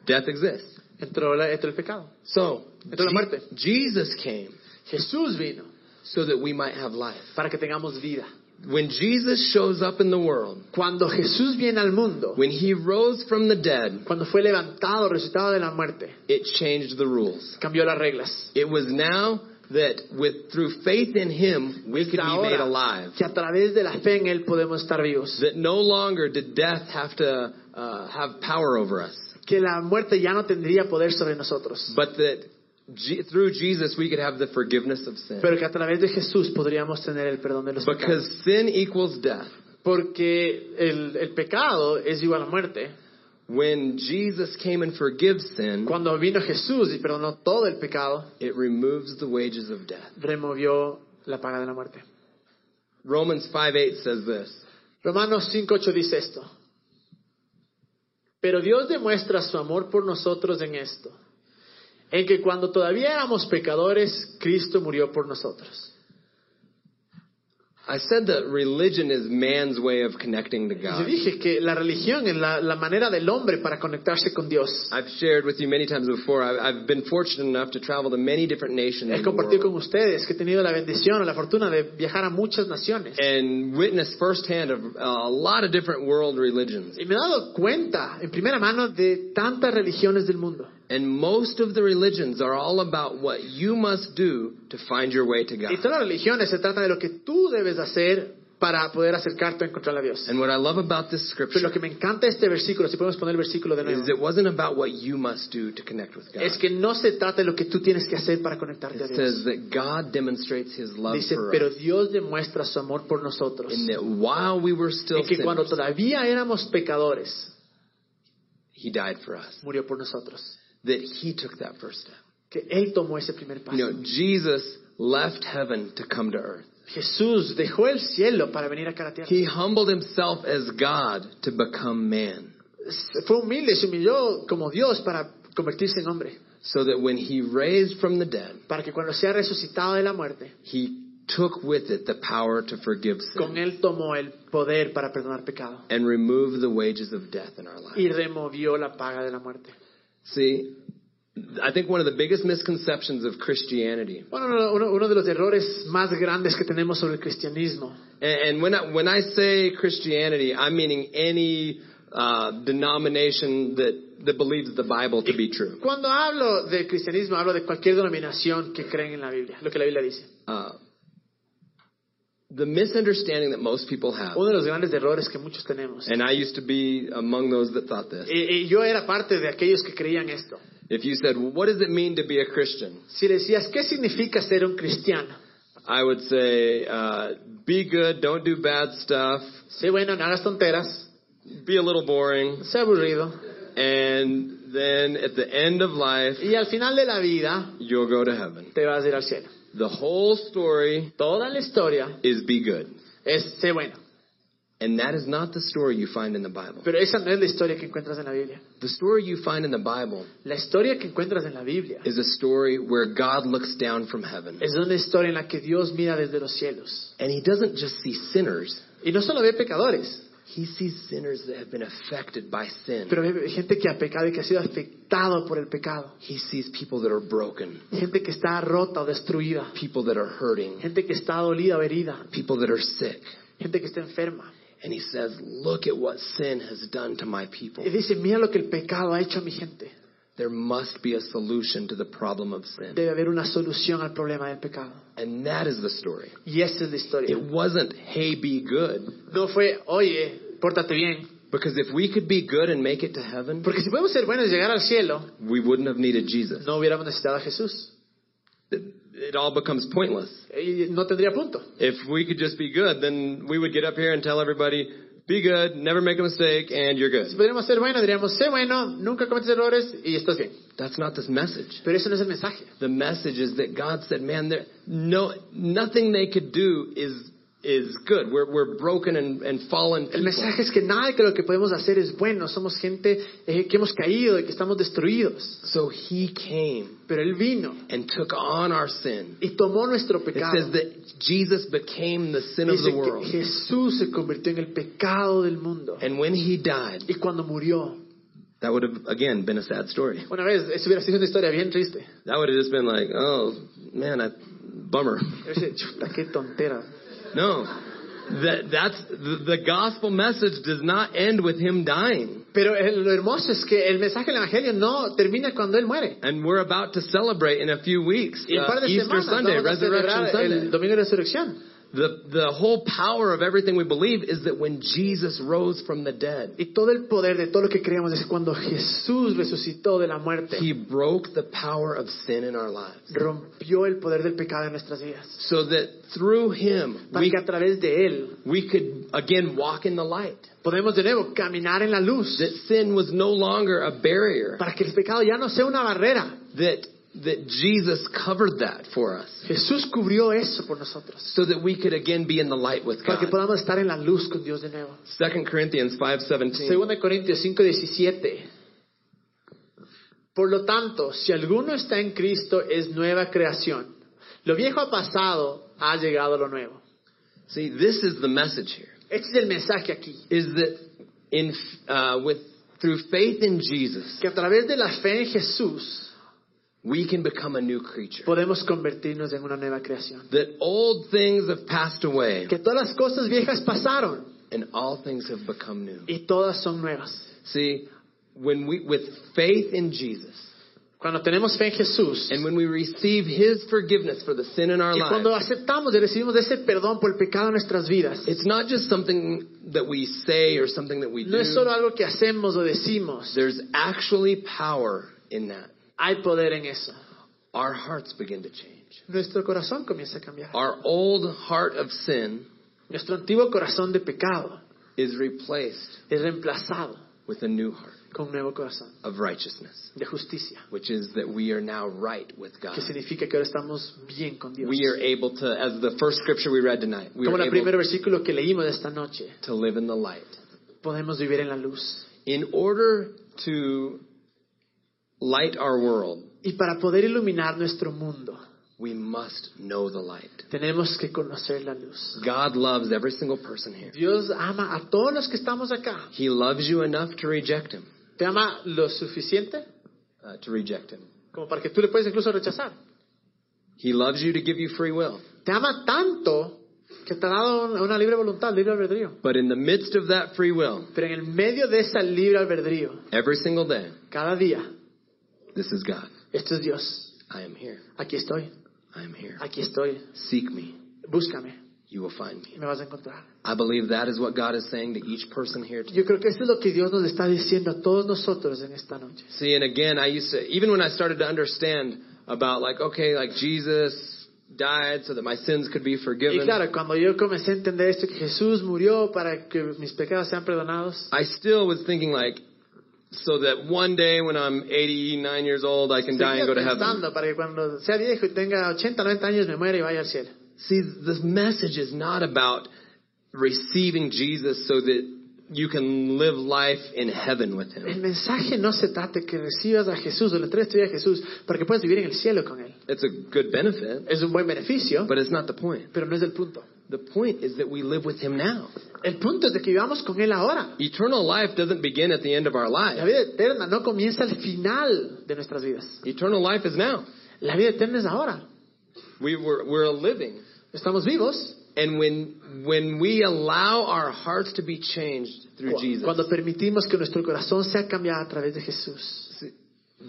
Speaker 2: Death exists.
Speaker 1: entró, la- entró el pecado.
Speaker 2: So
Speaker 1: Entró la
Speaker 2: Je-
Speaker 1: muerte.
Speaker 2: Jesus came
Speaker 1: Jesús vino
Speaker 2: so that we might have life.
Speaker 1: para que tengamos vida.
Speaker 2: When Jesus shows up in the world,
Speaker 1: Cuando Jesús viene al mundo,
Speaker 2: when he rose from the dead,
Speaker 1: cuando fue levantado, resucitado de la muerte,
Speaker 2: it changed the rules.
Speaker 1: cambió las reglas.
Speaker 2: It was now that with through faith in him we could
Speaker 1: Hasta
Speaker 2: be made
Speaker 1: ahora,
Speaker 2: alive.
Speaker 1: que a través de la fe en Él podemos estar vivos.
Speaker 2: That no longer did death have to uh, have power over us,
Speaker 1: Que la muerte ya no tendría poder sobre nosotros.
Speaker 2: but that Je- through Jesus we could have the forgiveness of sin.
Speaker 1: Pero que a través de Jesús podríamos tener el perdón de los pecados.
Speaker 2: Because sin equals death.
Speaker 1: Porque el, el pecado es igual a muerte.
Speaker 2: When Jesus came and forgives sin,
Speaker 1: Cuando vino Jesús y perdonó todo el pecado,
Speaker 2: it removes the wages of death.
Speaker 1: removió la paga de la muerte.
Speaker 2: Romans 5:8 says this.
Speaker 1: Romanos 5.8 dice esto. Pero Dios demuestra su amor por nosotros en esto, en que cuando todavía éramos pecadores, Cristo murió por nosotros.
Speaker 2: I said that religion is man's way of connecting to
Speaker 1: Yo
Speaker 2: God.
Speaker 1: dije que la religión es la, la manera del hombre para conectarse con Dios.
Speaker 2: I've shared with you many times before. I've, I've been fortunate enough to travel to many different nations
Speaker 1: He
Speaker 2: in the
Speaker 1: compartido con
Speaker 2: world
Speaker 1: ustedes que he tenido la bendición o la fortuna de viajar a muchas naciones.
Speaker 2: and witness firsthand of a lot of different world religions.
Speaker 1: Y me he dado cuenta en primera mano de tantas religiones del mundo.
Speaker 2: And most of the religions are all about what you must do to find your way to God.
Speaker 1: Y todas las religiones se trata de lo que tú debes hacer para poder acercarte a encontrar a Dios.
Speaker 2: And what I love about this
Speaker 1: Pero
Speaker 2: scripture
Speaker 1: lo que me encanta de este versículo, si podemos poner el versículo de nuevo,
Speaker 2: is it wasn't about what you must do to connect with God.
Speaker 1: es que no se trata de lo que tú tienes que hacer para conectarte a
Speaker 2: It
Speaker 1: Dios.
Speaker 2: says that God demonstrates His love
Speaker 1: Dice,
Speaker 2: for
Speaker 1: pero
Speaker 2: us
Speaker 1: Dios demuestra su amor por nosotros.
Speaker 2: in that while we were still
Speaker 1: Es que cuando
Speaker 2: sinners,
Speaker 1: todavía éramos pecadores,
Speaker 2: He died for us.
Speaker 1: murió por nosotros.
Speaker 2: That He took that first step.
Speaker 1: Que Él tomó ese primer
Speaker 2: You know,
Speaker 1: paso.
Speaker 2: Jesus left heaven to come to earth.
Speaker 1: Jesús dejó el cielo para venir acá a la tierra.
Speaker 2: He humbled himself as God to become man,
Speaker 1: Fue humilde, se humilló como Dios para convertirse en hombre.
Speaker 2: so that when he raised from the dead,
Speaker 1: Para que cuando sea resucitado de la muerte,
Speaker 2: he took with it the power to forgive
Speaker 1: con
Speaker 2: sin
Speaker 1: Él tomó el poder para perdonar pecado.
Speaker 2: and remove the wages of death in our lives.
Speaker 1: Y removió la paga de la muerte.
Speaker 2: See, I think one of the biggest misconceptions of Christianity,
Speaker 1: Bueno, uno, uno- uno de los errores más grandes que tenemos sobre el cristianismo.
Speaker 2: and and when I, when I say Christianity, I'm meaning any uh, denomination that, that believes the Bible to be true.
Speaker 1: Cuando hablo de cristianismo, hablo de cualquier denominación que creen en la Biblia, lo que la Biblia dice.
Speaker 2: Uh, the misunderstanding that most people have
Speaker 1: Uno de los grandes errores que muchos tenemos.
Speaker 2: And I used to be among those that thought this.
Speaker 1: Y, y yo era parte de aquellos que creían esto.
Speaker 2: If you said, well, what does it mean to be a Christian?
Speaker 1: Si le decías, ¿qué significa ser un cristiano?
Speaker 2: I would say, uh, be good, don't do bad stuff,
Speaker 1: Sé bueno, no hagas tonteras,
Speaker 2: be a little boring,
Speaker 1: sé aburrido.
Speaker 2: and then at the end of life,
Speaker 1: Y al final de la vida,
Speaker 2: you'll go to heaven.
Speaker 1: te vas a ir al cielo.
Speaker 2: The whole story
Speaker 1: Toda la historia
Speaker 2: is be good.
Speaker 1: es sé bueno.
Speaker 2: And that is not the story you find in the Bible.
Speaker 1: Pero esa no es la historia que encuentras en la Biblia.
Speaker 2: The story you find in the Bible
Speaker 1: La historia que encuentras en la Biblia
Speaker 2: is a story where God looks down from heaven.
Speaker 1: es una historia en la que Dios mira desde los cielos.
Speaker 2: And he doesn't just see sinners,
Speaker 1: Y no solo ve pecadores,
Speaker 2: he sees sinners that have been affected by sin.
Speaker 1: pero ve gente que ha pecado y que ha sido afectado por el pecado.
Speaker 2: He sees people that are broken,
Speaker 1: Gente que está rota o destruida.
Speaker 2: people that are hurting,
Speaker 1: Gente que está dolida o herida.
Speaker 2: people that are sick.
Speaker 1: Gente que está enferma.
Speaker 2: And he says, Look at what sin has done to my people.
Speaker 1: Y dice, mira lo que el pecado ha hecho a mi gente.
Speaker 2: There must be a solution to the problem of sin.
Speaker 1: Debe haber una solución al problema del pecado.
Speaker 2: And that is the story.
Speaker 1: Y esa es la historia.
Speaker 2: It wasn't, hey, be good.
Speaker 1: No fue, oye, pórtate bien.
Speaker 2: Because if we could be good and make it to heaven,
Speaker 1: Porque si podemos ser buenos y llegar al cielo,
Speaker 2: we wouldn't have needed Jesus.
Speaker 1: no hubiéramos necesitado a Jesús.
Speaker 2: It, it all becomes pointless.
Speaker 1: Y no tendría punto.
Speaker 2: If we could just be good, then we would get up here and tell everybody, be good, never make a mistake, and you're
Speaker 1: Si
Speaker 2: good.
Speaker 1: podríamos ser buenos, diríamos, sé bueno, nunca cometes errores y estás bien.
Speaker 2: That's not this message.
Speaker 1: Pero eso no es el mensaje.
Speaker 2: the message is that God said, "Man, there, no, nothing they could do is is good. We're we're broken and, and fallen
Speaker 1: El
Speaker 2: people,
Speaker 1: mensaje es que nada de lo que podemos hacer es bueno. Somos gente eh, que hemos caído y que estamos destruidos.
Speaker 2: so He came
Speaker 1: Pero Él vino
Speaker 2: and took on our sin.
Speaker 1: y tomó nuestro
Speaker 2: It
Speaker 1: pecado.
Speaker 2: says that Jesus became the sin of
Speaker 1: Dice
Speaker 2: the
Speaker 1: que
Speaker 2: world,
Speaker 1: Jesús se convirtió en el pecado del mundo.
Speaker 2: and when He died,
Speaker 1: Y cuando murió,
Speaker 2: that would have again been a sad story.
Speaker 1: una vez, eso hubiera sido una historia bien triste.
Speaker 2: That would have just been like, oh man, I Bummer.
Speaker 1: Yo dije, chuta, qué tontera.
Speaker 2: No. That, that's the, the gospel message does not end with him dying.
Speaker 1: Pero el- lo hermoso es que el mensaje del Evangelio no termina cuando Él muere.
Speaker 2: And we're about to celebrate in a few weeks
Speaker 1: Y en
Speaker 2: uh,
Speaker 1: un par de
Speaker 2: Easter
Speaker 1: semanas
Speaker 2: Sunday,
Speaker 1: vamos a
Speaker 2: Resurrection
Speaker 1: celebrar
Speaker 2: Sunday.
Speaker 1: el Domingo de Resurrección.
Speaker 2: The, the whole power of everything we believe is that when Jesus rose from the dead,
Speaker 1: Y todo el poder de todo lo que creemos es cuando Jesús resucitó de la muerte.
Speaker 2: he broke the power of sin in our lives.
Speaker 1: rompió el poder del pecado en nuestras vidas.
Speaker 2: So that through him,
Speaker 1: Para
Speaker 2: we,
Speaker 1: que a través de Él
Speaker 2: we could again walk in the light.
Speaker 1: podemos de nuevo caminar en la luz.
Speaker 2: That sin was no longer a barrier.
Speaker 1: Para que el pecado ya no sea una barrera.
Speaker 2: That, that Jesus covered that for us.
Speaker 1: Jesús cubrió eso por nosotros.
Speaker 2: So that we could again be in the light with
Speaker 1: Para
Speaker 2: God.
Speaker 1: que podamos estar en la luz con Dios de nuevo.
Speaker 2: 2 Corinthians 5.17
Speaker 1: 2 de Corintios 5, 17. Por lo tanto, si alguno está en Cristo, es nueva creación. Lo viejo ha pasado, ha llegado lo nuevo.
Speaker 2: See, this is the message here.
Speaker 1: Este es el mensaje aquí.
Speaker 2: Is that in, uh, with, through faith in Jesus,
Speaker 1: Que a través de la fe en Jesús
Speaker 2: we can become a new creature.
Speaker 1: podemos convertirnos en una nueva creación.
Speaker 2: that old things have passed away
Speaker 1: que todas las cosas viejas pasaron
Speaker 2: and all things have become new.
Speaker 1: y todas son nuevas.
Speaker 2: See, when we with faith in Jesus
Speaker 1: Cuando tenemos fe en Jesús
Speaker 2: and when we receive his forgiveness for the sin in our
Speaker 1: y cuando
Speaker 2: lives,
Speaker 1: aceptamos y recibimos ese perdón por el pecado en nuestras vidas,
Speaker 2: it's not just something that we say or something that we
Speaker 1: no es
Speaker 2: do.
Speaker 1: solo algo que hacemos o decimos,
Speaker 2: There's actually power in that.
Speaker 1: hay poder en eso.
Speaker 2: Our hearts begin to change.
Speaker 1: Nuestro corazón comienza a cambiar.
Speaker 2: Our old heart of sin
Speaker 1: Nuestro antiguo corazón de pecado
Speaker 2: is replaced
Speaker 1: es reemplazado
Speaker 2: with a new heart
Speaker 1: con un nuevo corazón
Speaker 2: of righteousness,
Speaker 1: de justicia,
Speaker 2: which is that we are now right with God.
Speaker 1: que significa que ahora estamos bien con Dios.
Speaker 2: we are able to, as the first scripture we read tonight, we
Speaker 1: Como
Speaker 2: are
Speaker 1: el
Speaker 2: able
Speaker 1: primer versículo que leímos esta noche,
Speaker 2: to live in the light.
Speaker 1: podemos vivir en la luz.
Speaker 2: In order to light our world,
Speaker 1: Y para poder iluminar nuestro mundo,
Speaker 2: we must know the light.
Speaker 1: tenemos que conocer la luz.
Speaker 2: God loves every single person here.
Speaker 1: Dios ama a todos los que estamos acá.
Speaker 2: He loves you enough to reject him,
Speaker 1: Te ama lo suficiente
Speaker 2: uh, to reject him.
Speaker 1: como para que tú le puedes incluso rechazar.
Speaker 2: He loves you to give you free will.
Speaker 1: Te ama tanto que te ha dado un- una libre voluntad, libre albedrío.
Speaker 2: But in the midst of that free will,
Speaker 1: Pero en el medio de esa libre albedrío,
Speaker 2: every single day,
Speaker 1: cada día,
Speaker 2: this is God.
Speaker 1: esto es Dios.
Speaker 2: I am here.
Speaker 1: Aquí estoy,
Speaker 2: I am here.
Speaker 1: aquí estoy.
Speaker 2: Seek me.
Speaker 1: Búscame
Speaker 2: You will find
Speaker 1: y
Speaker 2: me.
Speaker 1: me vas a encontrar.
Speaker 2: I believe that is what God is saying to each person here today.
Speaker 1: Yo creo que eso es lo que Dios nos está diciendo a todos nosotros en esta noche.
Speaker 2: See, and again, I used to, even when I started to understand about like, okay, like Jesus died so that my sins could be
Speaker 1: Y
Speaker 2: forgiven.
Speaker 1: claro, cuando yo comencé a entender esto, que Jesús murió para que mis pecados sean perdonados,
Speaker 2: I still was thinking like, so that one day when I'm 89 years old, I can die and
Speaker 1: Seguía
Speaker 2: go to heaven.
Speaker 1: pensando para que cuando sea viejo y tenga 80, 90 años me muera y vaya al cielo.
Speaker 2: See, the message is not about receiving Jesus so that you can live life in heaven with
Speaker 1: El
Speaker 2: him.
Speaker 1: mensaje no se trata de que recibas a Jesús o le entregues tu vida a Jesús para que puedas vivir en el cielo con Él.
Speaker 2: It's a good benefit,
Speaker 1: Es un buen beneficio,
Speaker 2: but it's not the point.
Speaker 1: pero no es el punto.
Speaker 2: The point is that we live with him now.
Speaker 1: El punto es de que vivamos con Él ahora.
Speaker 2: Eternal life doesn't begin at the end of our
Speaker 1: La
Speaker 2: life.
Speaker 1: vida eterna no comienza al final de nuestras vidas.
Speaker 2: Eternal life is now.
Speaker 1: La vida eterna es ahora.
Speaker 2: We were, we're living.
Speaker 1: Estamos vivos.
Speaker 2: And when, when we allow our hearts to be changed through
Speaker 1: Cu-
Speaker 2: Jesus,
Speaker 1: Cuando permitimos que nuestro corazón sea cambiado a través de Jesús.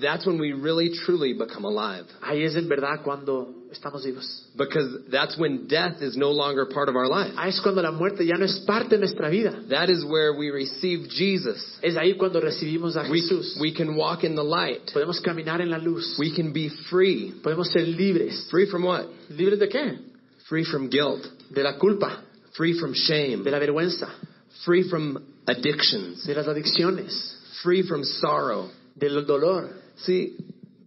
Speaker 2: that's when we really truly become alive.
Speaker 1: Ahí es en verdad cuando estamos vivos.
Speaker 2: Because that's when death is no longer part of our life.
Speaker 1: Ahí es cuando la muerte ya no es parte de nuestra vida.
Speaker 2: That is where we receive Jesus.
Speaker 1: Es ahí cuando recibimos a
Speaker 2: We,
Speaker 1: Jesús.
Speaker 2: we can walk in the light.
Speaker 1: Podemos caminar en la luz.
Speaker 2: We can be free.
Speaker 1: Podemos ser libres.
Speaker 2: Free from what?
Speaker 1: ¿Libres de qué?
Speaker 2: Free from guilt.
Speaker 1: De la culpa,
Speaker 2: Free from shame.
Speaker 1: de la vergüenza,
Speaker 2: Free from addictions.
Speaker 1: de las adicciones,
Speaker 2: Free from sorrow.
Speaker 1: del dolor.
Speaker 2: See,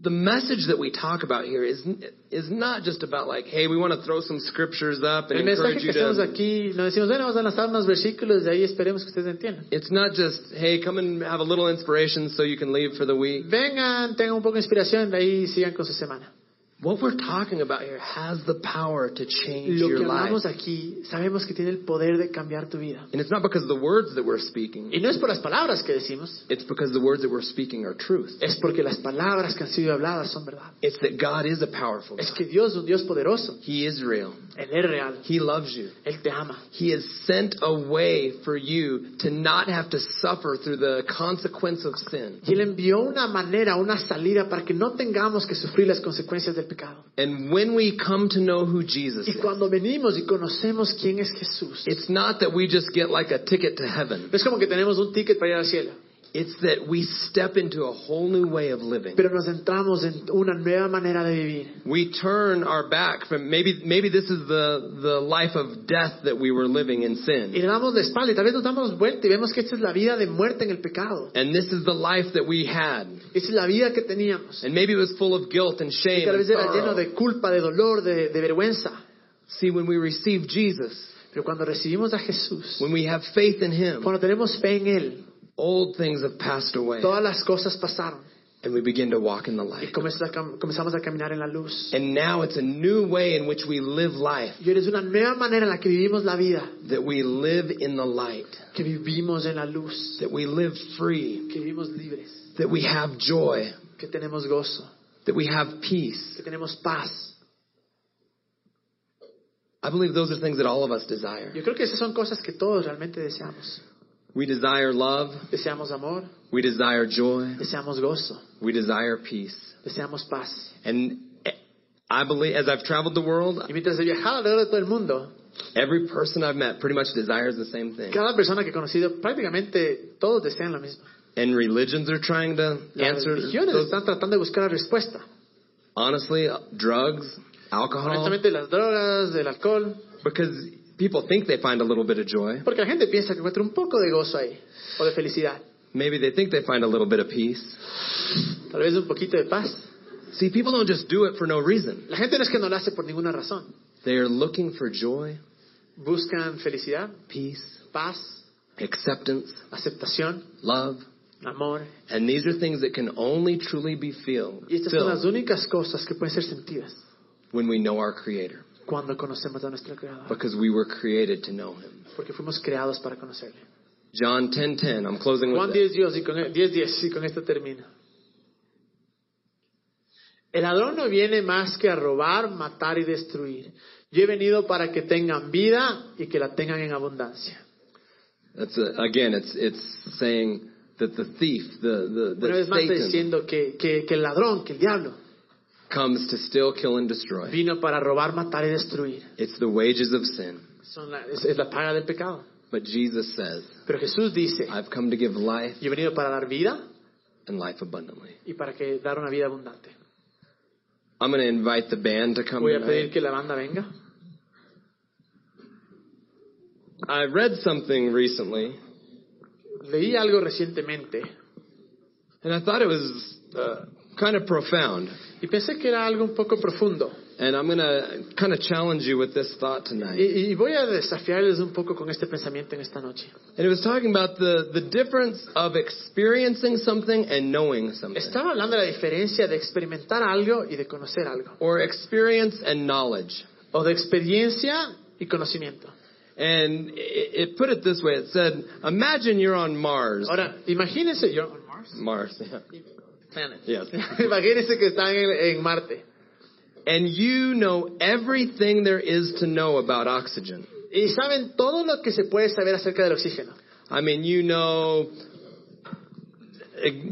Speaker 2: the message that we talk about here is is not just about like, hey, we want to throw some scriptures up and
Speaker 1: El mensaje
Speaker 2: encourage
Speaker 1: que
Speaker 2: you
Speaker 1: hacemos
Speaker 2: to.
Speaker 1: aquí, nos decimos, bueno, vamos a lanzar unos versículos, de ahí esperemos que ustedes entiendan.
Speaker 2: It's not just, hey, come and have a little inspiration so you can leave for the week.
Speaker 1: Vengan, tengan un poco de inspiración, de ahí sigan con su semana.
Speaker 2: What we're talking about here has the power to change
Speaker 1: Lo
Speaker 2: your
Speaker 1: que
Speaker 2: life.
Speaker 1: hablamos aquí sabemos que tiene el poder de cambiar tu vida.
Speaker 2: And it's not because of the words that we're speaking.
Speaker 1: Y no es por las palabras que decimos,
Speaker 2: It's because the words that we're speaking are truth.
Speaker 1: es porque las palabras que han sido habladas son verdad.
Speaker 2: It's that God is a powerful
Speaker 1: Es
Speaker 2: God.
Speaker 1: que Dios es un Dios poderoso.
Speaker 2: He is real.
Speaker 1: Él es real.
Speaker 2: He loves you.
Speaker 1: Él te ama.
Speaker 2: He has sent a way for you to not have to suffer through the consequence of sin.
Speaker 1: Y Él envió una manera, una salida para que no tengamos que sufrir las consecuencias del pecado.
Speaker 2: And when we come to know who Jesus
Speaker 1: Y
Speaker 2: is,
Speaker 1: cuando venimos y conocemos quién es Jesús,
Speaker 2: it's not that we just get like a ticket to heaven.
Speaker 1: no es como que tenemos un ticket para ir al cielo,
Speaker 2: It's that we step into a whole new way of living.
Speaker 1: pero nos entramos en una nueva manera de vivir.
Speaker 2: We turn our back from maybe maybe this is the the life of death that we were living in
Speaker 1: Y
Speaker 2: sin.
Speaker 1: le damos la espalda y tal vez nos damos vuelta y vemos que esta es la vida de muerte en el pecado.
Speaker 2: And this is the life that we had.
Speaker 1: Esa es la vida que teníamos.
Speaker 2: And maybe it was full of guilt and
Speaker 1: Y
Speaker 2: shame.
Speaker 1: tal
Speaker 2: and
Speaker 1: vez era
Speaker 2: sorrow.
Speaker 1: lleno de culpa, de dolor, de, de vergüenza.
Speaker 2: See, when we receive Jesus,
Speaker 1: Pero cuando recibimos a Jesús,
Speaker 2: when we have faith in him,
Speaker 1: cuando tenemos fe en Él,
Speaker 2: old things have passed away
Speaker 1: todas las cosas pasaron
Speaker 2: and we begin to walk in the
Speaker 1: y
Speaker 2: light.
Speaker 1: comenzamos a cam- comenzamos a caminar en la luz.
Speaker 2: And now it's a new way in which we live life,
Speaker 1: Y eres una nueva manera en la que vivimos la vida,
Speaker 2: that we live in the light,
Speaker 1: que vivimos en la luz,
Speaker 2: that we live free,
Speaker 1: que vivimos libres,
Speaker 2: that we have joy,
Speaker 1: que tenemos gozo,
Speaker 2: that we have peace.
Speaker 1: que tenemos paz.
Speaker 2: I believe those are things that all of us desire.
Speaker 1: Yo creo que esas son cosas que todos realmente deseamos.
Speaker 2: We desire love,
Speaker 1: Deseamos amor,
Speaker 2: we desire joy,
Speaker 1: deseamos gozo,
Speaker 2: we desire peace.
Speaker 1: deseamos paz.
Speaker 2: And I believe as I've traveled the world,
Speaker 1: Y mientras he viajado alrededor de todo el mundo,
Speaker 2: every person I've met pretty much desires the same thing.
Speaker 1: cada persona que he conocido, prácticamente todos desean lo mismo.
Speaker 2: And religions are trying to
Speaker 1: Las
Speaker 2: answer
Speaker 1: religiones
Speaker 2: those.
Speaker 1: están tratando de buscar la respuesta.
Speaker 2: Honestly, drugs, alcohol,
Speaker 1: Honestamente, las drogas, el alcohol,
Speaker 2: because people think they find a little bit of joy.
Speaker 1: porque la gente piensa que encuentra un poco de gozo ahí, o de felicidad,
Speaker 2: Maybe they think they find a little bit of peace.
Speaker 1: tal vez un poquito de paz.
Speaker 2: See, people don't just do it for no reason.
Speaker 1: La gente no es que no lo hace por ninguna razón.
Speaker 2: They are looking for joy,
Speaker 1: buscan felicidad,
Speaker 2: peace,
Speaker 1: paz,
Speaker 2: acceptance,
Speaker 1: aceptación,
Speaker 2: love,
Speaker 1: amor.
Speaker 2: and these are things that can only truly be feel,
Speaker 1: Y estas son las
Speaker 2: filled
Speaker 1: únicas cosas que pueden ser sentidas
Speaker 2: when we know our Creator,
Speaker 1: cuando conocemos a nuestro Creador,
Speaker 2: because we were created to know Him.
Speaker 1: porque fuimos creados para conocerle.
Speaker 2: John 10:10. I'm closing with
Speaker 1: Juan
Speaker 2: this.
Speaker 1: 10, Dios, y con, 10, 10, y con esto termino. El ladrón no viene más que a robar, matar y destruir. Yo he venido para que tengan vida y que la tengan en abundancia.
Speaker 2: That's a, again, it's it's saying that the thief, the the,
Speaker 1: Una
Speaker 2: the
Speaker 1: vez más está
Speaker 2: Satan,
Speaker 1: diciendo que, que, que el ladrón, que el diablo,
Speaker 2: comes to steal, kill, and destroy.
Speaker 1: vino para robar, matar y destruir.
Speaker 2: It's the wages of sin.
Speaker 1: Son la- es- es la paga del pecado.
Speaker 2: But Jesus says,
Speaker 1: Pero Jesús dice,
Speaker 2: "I've come to give life
Speaker 1: yo he venido para dar vida
Speaker 2: and life abundantly."
Speaker 1: y para que dar una vida abundante.
Speaker 2: I'm going to invite the band to come.
Speaker 1: Voy a
Speaker 2: tonight.
Speaker 1: pedir que la banda venga.
Speaker 2: I read something recently,
Speaker 1: Leí algo recientemente
Speaker 2: and I thought it was uh, kind of profound.
Speaker 1: y pensé que era algo un poco profundo.
Speaker 2: And I'm going to kind of challenge you with this thought
Speaker 1: Y,
Speaker 2: tonight.
Speaker 1: y voy a desafiarles un poco con este pensamiento en esta noche.
Speaker 2: And it was talking about the, the difference of experiencing something and knowing something,
Speaker 1: Estaba hablando de la diferencia de experimentar algo y de conocer algo.
Speaker 2: or experience and knowledge.
Speaker 1: O de experiencia y conocimiento.
Speaker 2: And it, it put it this way it said, Imagine you're on Mars.
Speaker 1: Ahora, imagínense, you're on Mars.
Speaker 2: Mars, yeah.
Speaker 1: Planet.
Speaker 2: Yes.
Speaker 1: imagínense que están en, en Marte.
Speaker 2: And you know everything there is to know about oxygen.
Speaker 1: Y saben todo lo que se puede saber acerca del oxígeno.
Speaker 2: I mean, you know,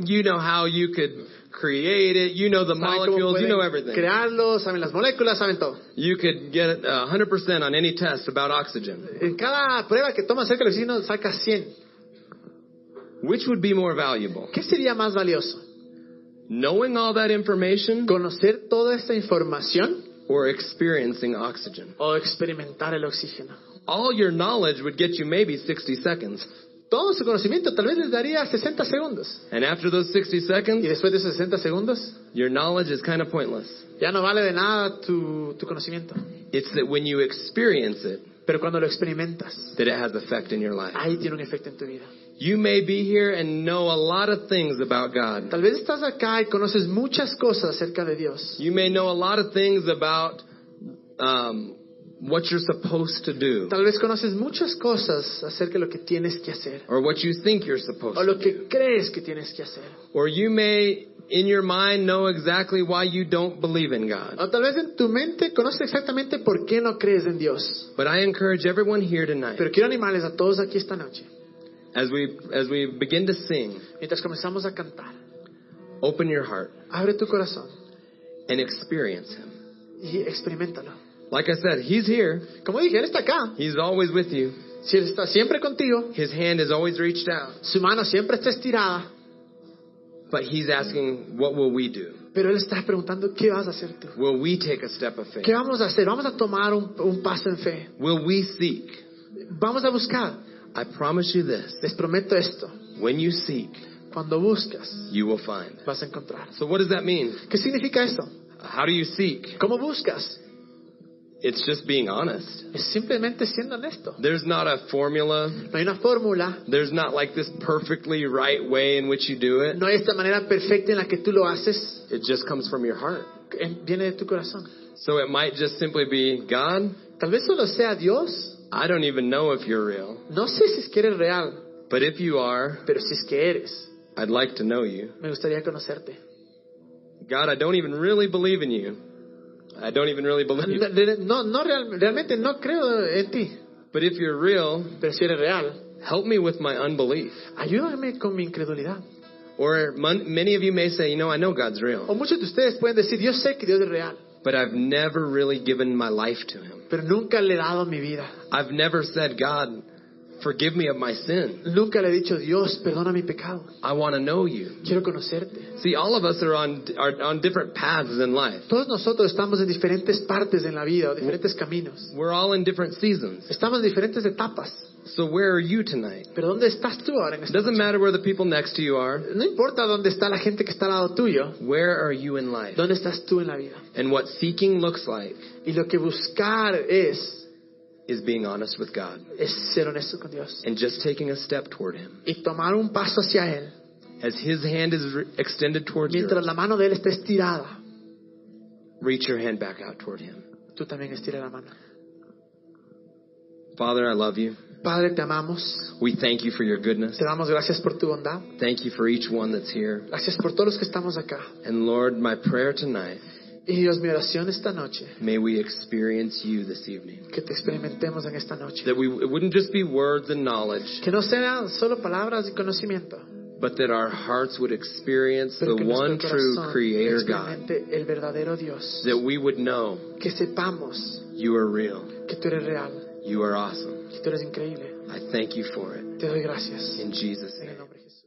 Speaker 2: you know how you could create it. You know the
Speaker 1: Saben cómo
Speaker 2: molecules. You
Speaker 1: pueden
Speaker 2: know everything.
Speaker 1: Crearlo, saben las moléculas, saben todo.
Speaker 2: You could get uh, 100% on any test about oxygen.
Speaker 1: En cada prueba que toma acerca del oxígeno saca 100.
Speaker 2: Which would be more valuable?
Speaker 1: ¿Qué sería más valioso?
Speaker 2: Knowing all that information
Speaker 1: ¿Conocer toda esta información
Speaker 2: or experiencing oxygen?
Speaker 1: o experimentar el oxígeno?
Speaker 2: All your knowledge would get you maybe 60 seconds.
Speaker 1: Todo su conocimiento tal vez les daría 60 segundos.
Speaker 2: And after those 60
Speaker 1: Y
Speaker 2: seconds,
Speaker 1: después de esos 60 segundos,
Speaker 2: your knowledge is kind of pointless.
Speaker 1: ya no vale de nada tu, tu conocimiento.
Speaker 2: It's that when you experience it,
Speaker 1: Pero cuando lo experimentas,
Speaker 2: that it has effect in your life.
Speaker 1: ahí tiene un efecto en tu vida.
Speaker 2: You may be here and know a lot of things about God.
Speaker 1: Tal vez estás acá y conoces muchas cosas acerca de Dios.
Speaker 2: You may know a lot of things about um, what you're supposed to do
Speaker 1: Tal vez conoces muchas cosas acerca de lo que tienes que hacer
Speaker 2: or what you think you're supposed
Speaker 1: o
Speaker 2: to
Speaker 1: lo
Speaker 2: do.
Speaker 1: que crees que tienes que hacer.
Speaker 2: Or you may, in your mind, know exactly why you don't believe in God.
Speaker 1: O tal vez en tu mente conoces exactamente por qué no crees en Dios.
Speaker 2: But I encourage everyone here tonight,
Speaker 1: Pero quiero animarles a todos aquí esta noche,
Speaker 2: as we as we begin to sing,
Speaker 1: mientras comenzamos a cantar,
Speaker 2: open your heart
Speaker 1: abre tu corazón
Speaker 2: and experience Him.
Speaker 1: y experimentalo.
Speaker 2: Like I said, He's here.
Speaker 1: Como dije, Él está acá.
Speaker 2: He's always with you.
Speaker 1: Si Él está siempre contigo,
Speaker 2: His hand is always reached out.
Speaker 1: su mano siempre está estirada,
Speaker 2: But He's asking, what will we do?
Speaker 1: pero Él está preguntando, ¿qué vas a hacer tú?
Speaker 2: Will we take a step of faith?
Speaker 1: ¿Qué vamos a hacer? Vamos a tomar un, un paso en fe.
Speaker 2: Will we seek?
Speaker 1: Vamos a buscar.
Speaker 2: I promise you this.
Speaker 1: Les prometo esto.
Speaker 2: When you seek,
Speaker 1: Cuando buscas,
Speaker 2: you will find.
Speaker 1: vas a encontrar.
Speaker 2: So what does that mean?
Speaker 1: ¿Qué significa esto?
Speaker 2: How do you seek?
Speaker 1: ¿Cómo buscas?
Speaker 2: It's just being honest.
Speaker 1: Es simplemente siendo honesto.
Speaker 2: There's not a formula.
Speaker 1: No hay una fórmula,
Speaker 2: There's not like this perfectly right way in which you do it.
Speaker 1: no hay esta manera perfecta en la que tú lo haces.
Speaker 2: It just comes from your heart.
Speaker 1: En- Viene de tu corazón.
Speaker 2: So it might just simply be, God,
Speaker 1: Tal vez solo sea Dios.
Speaker 2: I don't even know if you're real,
Speaker 1: No sé si es que eres real,
Speaker 2: but if you are,
Speaker 1: pero si es que eres,
Speaker 2: I'd like to know you.
Speaker 1: me gustaría conocerte.
Speaker 2: God, I don't even really believe in you. I don't even really believe.
Speaker 1: No, de- no, no real- realmente no creo en ti,
Speaker 2: But if you're real,
Speaker 1: pero si eres real,
Speaker 2: help me with my unbelief.
Speaker 1: ayúdame con mi incredulidad.
Speaker 2: Or mon- many of you may say, you know, I know God's
Speaker 1: O
Speaker 2: real,
Speaker 1: muchos de ustedes pueden decir, yo sé que Dios es real,
Speaker 2: but I've never really given my life to Him.
Speaker 1: pero nunca le he dado mi vida.
Speaker 2: I've never said, God, forgive me of my sin.
Speaker 1: Nunca le he dicho, Dios, perdona mi pecado.
Speaker 2: I want to know you.
Speaker 1: Quiero conocerte.
Speaker 2: See, all of us are on are on different paths in life.
Speaker 1: Todos nosotros estamos en diferentes partes en la vida, o diferentes caminos.
Speaker 2: We're all in different seasons.
Speaker 1: Estamos en diferentes etapas.
Speaker 2: So where are you tonight?
Speaker 1: Pero ¿dónde estás tú ahora en
Speaker 2: It
Speaker 1: esta
Speaker 2: doesn't
Speaker 1: noche?
Speaker 2: matter where the people next to you are.
Speaker 1: No importa dónde está la gente que está al lado tuyo,
Speaker 2: Where are you in life?
Speaker 1: dónde estás tú en la vida.
Speaker 2: And what seeking looks like
Speaker 1: Y lo que buscar es,
Speaker 2: is being honest with God
Speaker 1: es ser honesto con Dios.
Speaker 2: and just taking a step toward Him.
Speaker 1: Y tomar un paso hacia Él,
Speaker 2: As His hand is re- extended towards you,
Speaker 1: mientras la mano de Él está estirada,
Speaker 2: reach your hand back out toward Him.
Speaker 1: tú también estira la mano.
Speaker 2: Father, I love you.
Speaker 1: Padre, te amamos.
Speaker 2: We thank you for your goodness.
Speaker 1: Te damos gracias por tu bondad.
Speaker 2: Thank you for each one that's here.
Speaker 1: Gracias por todos los que estamos acá.
Speaker 2: And Lord, my prayer tonight,
Speaker 1: Y Dios, mi oración esta noche,
Speaker 2: may we experience you this evening.
Speaker 1: que te experimentemos en esta noche.
Speaker 2: That we it wouldn't just be words and knowledge,
Speaker 1: Que no sean solo palabras y conocimiento,
Speaker 2: but that our hearts would experience
Speaker 1: pero que
Speaker 2: the
Speaker 1: nuestro
Speaker 2: one true
Speaker 1: corazón
Speaker 2: creator God.
Speaker 1: experimente el verdadero Dios.
Speaker 2: That we would know
Speaker 1: Que sepamos
Speaker 2: you are real.
Speaker 1: que tú eres real,
Speaker 2: You are awesome.
Speaker 1: que tú eres increíble.
Speaker 2: I thank you for it.
Speaker 1: Te doy gracias.
Speaker 2: In Jesus'
Speaker 1: En el
Speaker 2: name.
Speaker 1: nombre de Jesús.